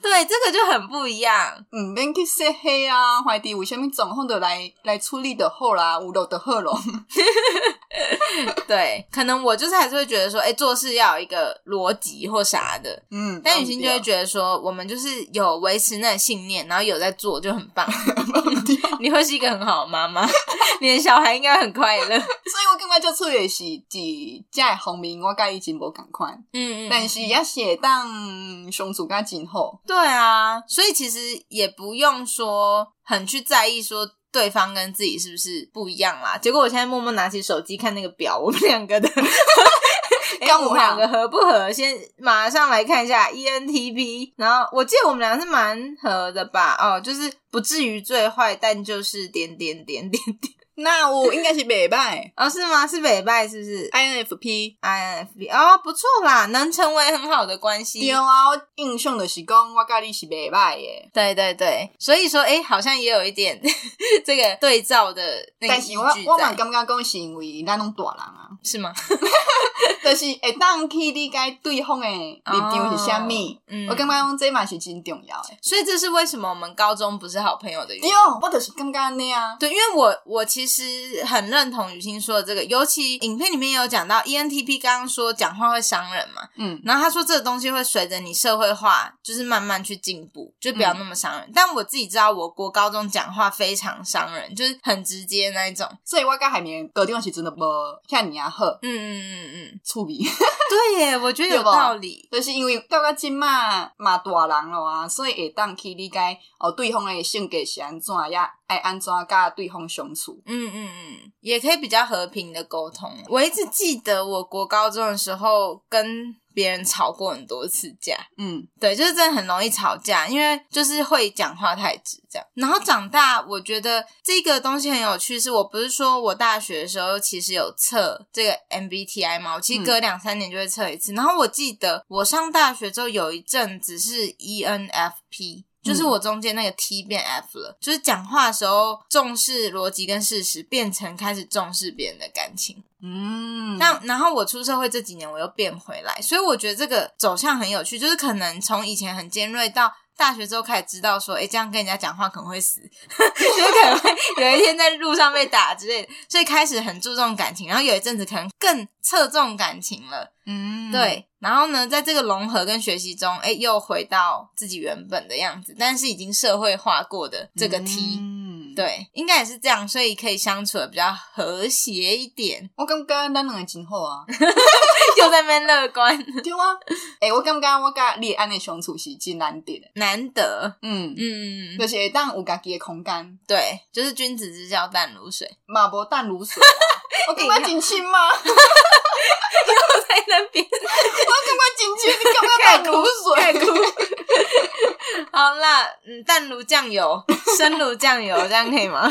Speaker 1: 对，这个就很不一样。
Speaker 2: 毋免去说黑啊，怀疑有啥物状况就来来处理就好啦，有落就好 咯。
Speaker 1: 对，可能我就是还是会觉得说，哎，做事要有一个逻辑或啥的。
Speaker 2: 嗯，
Speaker 1: 但雨欣就会觉得说，我们就是有维持那个信念，然后有在做，就很 棒。
Speaker 2: 得，
Speaker 1: 你会是一个很好的妈 妈，你的小孩应该很快乐。
Speaker 2: 啊所以我感觉这处理是伫遮个方面，我甲伊真无共款，
Speaker 1: 嗯嗯，
Speaker 2: 但是也是会当相处甲真好。
Speaker 1: 对啊，所以其实也不用说很去在意说对方跟自己是不是不一样啦。结果我现在默默拿起手机看那个表，我们两个的。哎、
Speaker 2: 干嘛
Speaker 1: 我们两个合不合？先马上来看一下 E ENTP，然后我记得我们俩是蛮合的吧？哦，就是不至于最坏，但就是点点点点点。
Speaker 2: 那我应该是袂歹
Speaker 1: 哦，是吗？是北拜是不是
Speaker 2: ，INFP。
Speaker 1: ？INFP 哦，不错啦，能成为很好的关系。
Speaker 2: 对啊，我印象就是讲，我甲你是袂歹诶。
Speaker 1: 对对对，所以说，哎，好像也有一点 这个对照的那个
Speaker 2: 但
Speaker 1: 依
Speaker 2: 是
Speaker 1: 据
Speaker 2: 我我嘛
Speaker 1: 在，
Speaker 2: 感觉讲是因为咱拢大人啊，
Speaker 1: 是吗？
Speaker 2: 就是会当去理解对方的立场是啥物。
Speaker 1: 嗯，
Speaker 2: 我感觉讲这嘛是真重要诶。
Speaker 1: 所以这是为什么我们高中不是好朋友的原
Speaker 2: 对哦
Speaker 1: 因。，
Speaker 2: 我就是感觉安尼啊。
Speaker 1: 对，因为我我其实很认同雨欣说的这个，尤其影片里面有讲到 E ENTP 刚刚说讲话会伤人嘛，
Speaker 2: 嗯，
Speaker 1: 然后他说这个东西会随着你社会化，就是慢慢去进步，就不要
Speaker 2: 嗯
Speaker 1: 那么伤人。但我自己知道，我国高中讲话非常伤人，就是很直接那一种。
Speaker 2: 所以我甲海绵高中的时阵就无遐尼啊好
Speaker 1: 嗯嗯嗯 嗯，
Speaker 2: 趣味，
Speaker 1: 对耶，我觉得有
Speaker 2: 对吧
Speaker 1: 道理。
Speaker 2: 就是因为到到即嘛嘛大人咯啊，所以会当去理解哦对方的性格是安怎，也爱安怎甲对方相处。
Speaker 1: 嗯嗯嗯，也可以比较和平的沟通。我一直记得我国高中的时候跟别人吵过很多次架，
Speaker 2: 嗯，
Speaker 1: 对，就是真的很容易吵架，因为就是会讲话太直这样。然后长大，我觉得这个东西很有趣，是我不是说我大学的时候其实有测这个 MBTI 嘛，我其实隔两三年就会测一次。然后我记得我上大学之后有一阵子是 E ENFP。就是我中间那个 T 变 F 了，就是讲话的时候重视逻辑跟事实，变成开始重视别人的感情。
Speaker 2: 嗯，
Speaker 1: 那然后我出社会这几年，我又变回来，所以我觉得这个走向很有趣，就是可能从以前很尖锐到。大学之后开始知道说，诶，这样跟人家讲话可能会死， 就是可能会有一天在路上被打之类的，所以开始很注重感情，然后有一阵子可能更侧重感情了，
Speaker 2: 嗯，
Speaker 1: 对。然后呢，在这个融合跟学习中，诶，又回到自己原本的样子，但是已经社会化过的这个 T，、
Speaker 2: 嗯
Speaker 1: 对，应该也是这样，所以可以相处的比较和谐一点，
Speaker 2: 我感觉咱两个真好啊。
Speaker 1: 又在那边乐观。
Speaker 2: 对啊，诶、我感觉我甲你安尼相处是真难得的，
Speaker 1: 难得，
Speaker 2: 嗯，
Speaker 1: 嗯，
Speaker 2: 就是会当有家己的空间，
Speaker 1: 对，就是君子之交淡如水，
Speaker 2: 嘛无淡如水啊。我感觉真啊亲吗？我
Speaker 1: 哎
Speaker 2: 感
Speaker 1: 在那边
Speaker 2: 觉真亲，你感觉淡如
Speaker 1: 太
Speaker 2: 水？
Speaker 1: 酷。
Speaker 2: 啊
Speaker 1: 好啦，嗯，淡如酱油，生如酱油，这样可以吗？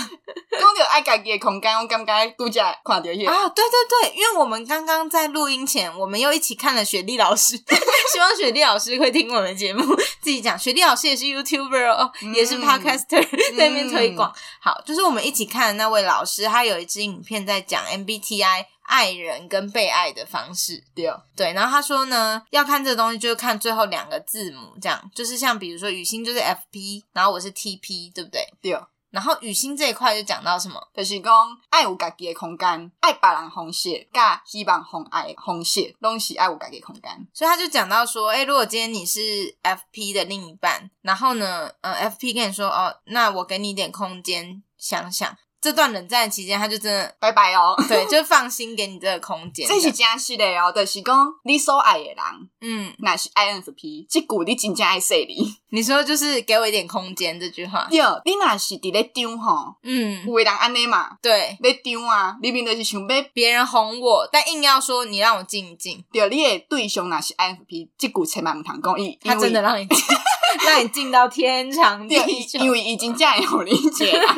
Speaker 2: 讲着爱家己的空间，我感觉拄则看着迄、个。
Speaker 1: 啊，对对对，因为我们刚刚在录音前，我们又一起看了雪莉老师， 希望雪莉老师会听我们节目。自己讲，雪莉老师也是 YouTuber 哦，
Speaker 2: 嗯
Speaker 1: 也是 Podcaster，、在那边推广。好，就是我们一起看的那位老师，他有一支影片在讲 MBTI 爱人跟被爱的方式。
Speaker 2: 对，
Speaker 1: 对，然后他说呢，要看这个东西就是看最后两个字母，这样就是像比如说雨欣就是 FP，然后我是 TP，对不对？
Speaker 2: 对。
Speaker 1: 然后雨欣这一块就讲到什么？
Speaker 2: 就是讲爱有家己的空间，爱别人的方式，甲希望互爱的方式，拢是爱有家己的空间。
Speaker 1: 所以他就讲到说，哎、如果今天你是 FP 的另一半，然后呢，呃，FP 跟你说，哦，那我给你一点空间想想，这段冷战期间，他就真的
Speaker 2: 拜拜 哦。
Speaker 1: 对，就放心给你这个空间。
Speaker 2: 这是真实的哦，就是讲你所爱的人，
Speaker 1: 嗯，
Speaker 2: 若是 INFP，即句你真正爱说你。
Speaker 1: 你说就是给我一点空间这句话，
Speaker 2: 对，你若是伫咧张吼，
Speaker 1: 嗯，
Speaker 2: 有诶人安尼嘛，
Speaker 1: 对，
Speaker 2: 要张啊，明明就是想要
Speaker 1: 别人哄我，但硬要说你让我静一静，
Speaker 2: 对你诶对象若是 INFP，即句千万毋通讲，伊
Speaker 1: 他真的。让你静， 让你静到天长
Speaker 2: 因为对，
Speaker 1: 地
Speaker 2: 伊
Speaker 1: 久。
Speaker 2: 因为伊真正会互理解 啦，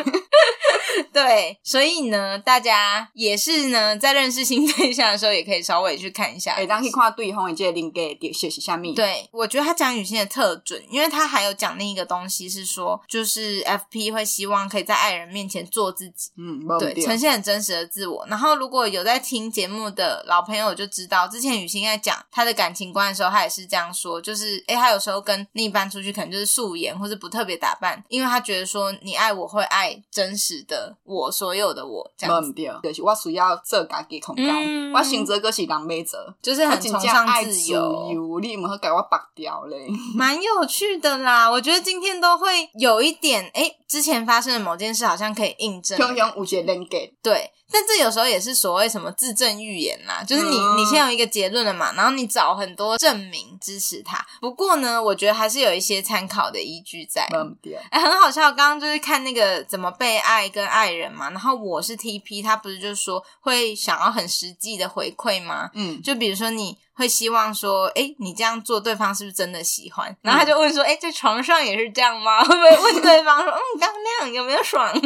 Speaker 1: 对，所以呢，大家也是呢，在认识新对象的时候，也可以稍微去看一下。
Speaker 2: 会哎当去看对方诶即个人格的特色是啥物。
Speaker 1: 对，我觉得他讲女性的特准，因为他还有讲另一个东西是说，就是 FP 会希望可以在爱人面前做自己，
Speaker 2: 嗯，无毋
Speaker 1: 对，呈现很真实的自我。然后如果有在听节目的老朋友就知道，之前雨欣在讲她的感情观的时候，她也是这样说，就是诶，她有时候跟另一半出去，可能就是素颜或是不特别打扮，因为她觉得说你爱我会爱真实的我，所有的我，这
Speaker 2: 无
Speaker 1: 样
Speaker 2: 毋
Speaker 1: 子
Speaker 2: 对，就是我需要做家己的空间，
Speaker 1: 嗯
Speaker 2: 我想做个是人要做，
Speaker 1: 就是
Speaker 2: 我
Speaker 1: 很
Speaker 2: 真
Speaker 1: 崇
Speaker 2: 正
Speaker 1: 尚
Speaker 2: 爱
Speaker 1: 自
Speaker 2: 自
Speaker 1: 由。
Speaker 2: 由，你毋好甲我绑掉咧。
Speaker 1: 蛮有趣的啦，我觉得今天都会有一点，哎、之前发生的某件事好像可以印证，
Speaker 2: 熊熊有一个人格，
Speaker 1: 对，但这有时候也是所谓什么自证预言啦，就是你、
Speaker 2: 嗯
Speaker 1: 你先有一个结论了嘛，然后你找很多证明支持它。不过呢，我觉得还是有一些参考的依据在。
Speaker 2: 无毋 对，
Speaker 1: 哎、很好笑！刚刚就是看那个怎么被爱跟爱人嘛，然后我是 TP，他不是就说会想要很实际的回馈吗？
Speaker 2: 嗯，
Speaker 1: 就比如说你会希望说，哎、你这样做，对方是不是真的喜欢？然后他就问说，哎、在床上也是这样吗？会不会问对方说，嗯，刚刚那样有没有爽？这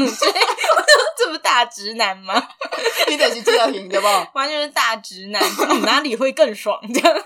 Speaker 1: 这不大直男吗？
Speaker 2: 你就是即个型对无？
Speaker 1: 完全是大直男，嗯哪里会更爽？这样。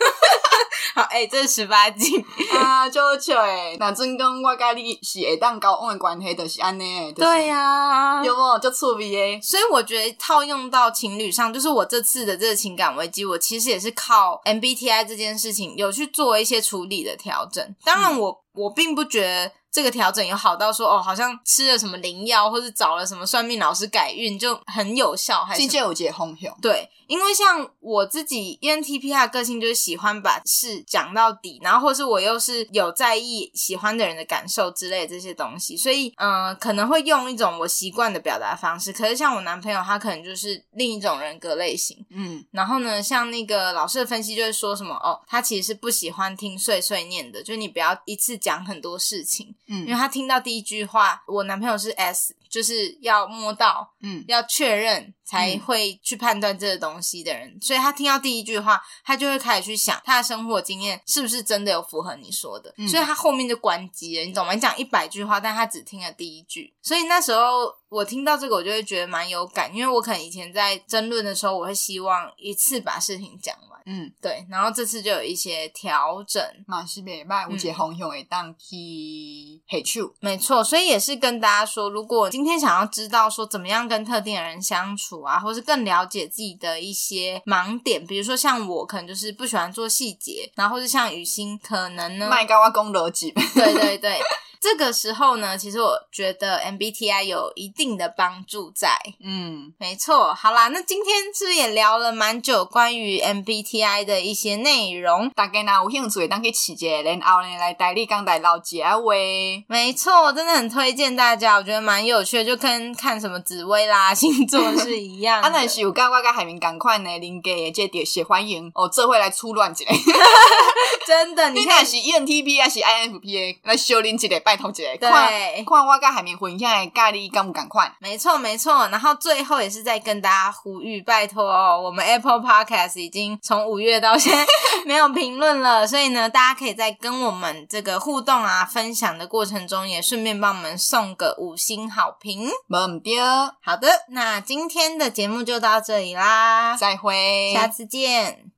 Speaker 1: 好，哎、这是十八禁，
Speaker 2: 啊，就笑诶！若真讲我甲你是会当交往诶关系，就是安尼诶。就是
Speaker 1: 对呀、
Speaker 2: 对无？就趣味诶。
Speaker 1: 所以我觉得套用到情侣上，就是我这次的这个情感危机，我其实也是靠 MBTI 这件事情有去做一些处理的调整。当然我，我并不觉得这个调整有好到说哦，好像吃了什么灵药，或是找了什么算命老师改运就很有效，还是
Speaker 2: 真
Speaker 1: 什么
Speaker 2: 正有一个方向，
Speaker 1: 对，因为像我自己，E ENTP 的个性就是喜欢把事讲到底，然后或是我又是有在意喜欢的人的感受之类的这些东西，所以嗯、呃可能会用一种我习惯的表达方式。可是像我男朋友，他可能就是另一种人格类型。
Speaker 2: 嗯，
Speaker 1: 然后呢，像那个老师的分析就会说什么哦，他其实是不喜欢听碎碎念的，就你不要一次讲很多事情，
Speaker 2: 嗯
Speaker 1: 因为他听到第一句话，我男朋友是 S，就是要摸到，
Speaker 2: 嗯，
Speaker 1: 要确认才会去判断这个东西的人，所以他听到第一句话，他就会开始去想他的生活经验是不是真的有符合你说的，
Speaker 2: 嗯
Speaker 1: 所以他后面就关机了，你懂吗？你讲一百句话，但他只听了第一句，所以那时候我听到这个，我就会觉得蛮有感，因为我可能以前在争论的时候，我会希望一次把事情讲完，
Speaker 2: 嗯，
Speaker 1: 对，然后这次就有一些调整，
Speaker 2: 嘛是袂歹，有一个方向会当去下手。
Speaker 1: 没错，所以也是跟大家说，如果今天想要知道说怎么样跟特定的人相处啊，或是更了解自己的一些盲点，比如说像我可能就是不喜欢做细节，然后或是像雨欣可能呢，
Speaker 2: 卖 甲我讲逻辑，
Speaker 1: 对对对，这个时候呢，其实我觉得 MBTI 有一定的帮助在。
Speaker 2: 嗯，
Speaker 1: 没错，好啦，那今天是不是也聊了蛮久关于 MBTI 的一些内容？
Speaker 2: 大家若有兴趣，会当去试者，然后呢来代理讲代老姐啊话。
Speaker 1: 没错，真的很推荐大家，我觉得蛮有趣的，就跟看什么紫薇啦、星座是一样的。
Speaker 2: 啊，若是有甲我甲海明共款呢，人格的即个特色欢迎哦，做伙来出乱一下。
Speaker 1: 真的，
Speaker 2: 你
Speaker 1: 你
Speaker 2: 若
Speaker 1: 看
Speaker 2: 是 ENTP 还是 INFP 的，来小恁一个拜拜托一下，看
Speaker 1: 对，
Speaker 2: 看我甲海绵分享的咖喱敢有共款？
Speaker 1: 没错没错。然后最后也是在跟大家呼吁，拜托哦，我们 Apple Podcast 已经从五月到现在没有评论了，所以呢，大家可以在跟我们这个互动啊、分享的过程中，也顺便帮我们送个五星好评。
Speaker 2: 无毋对，
Speaker 1: 好的，那今天的节目就到这里啦，
Speaker 2: 再会，
Speaker 1: 下次见。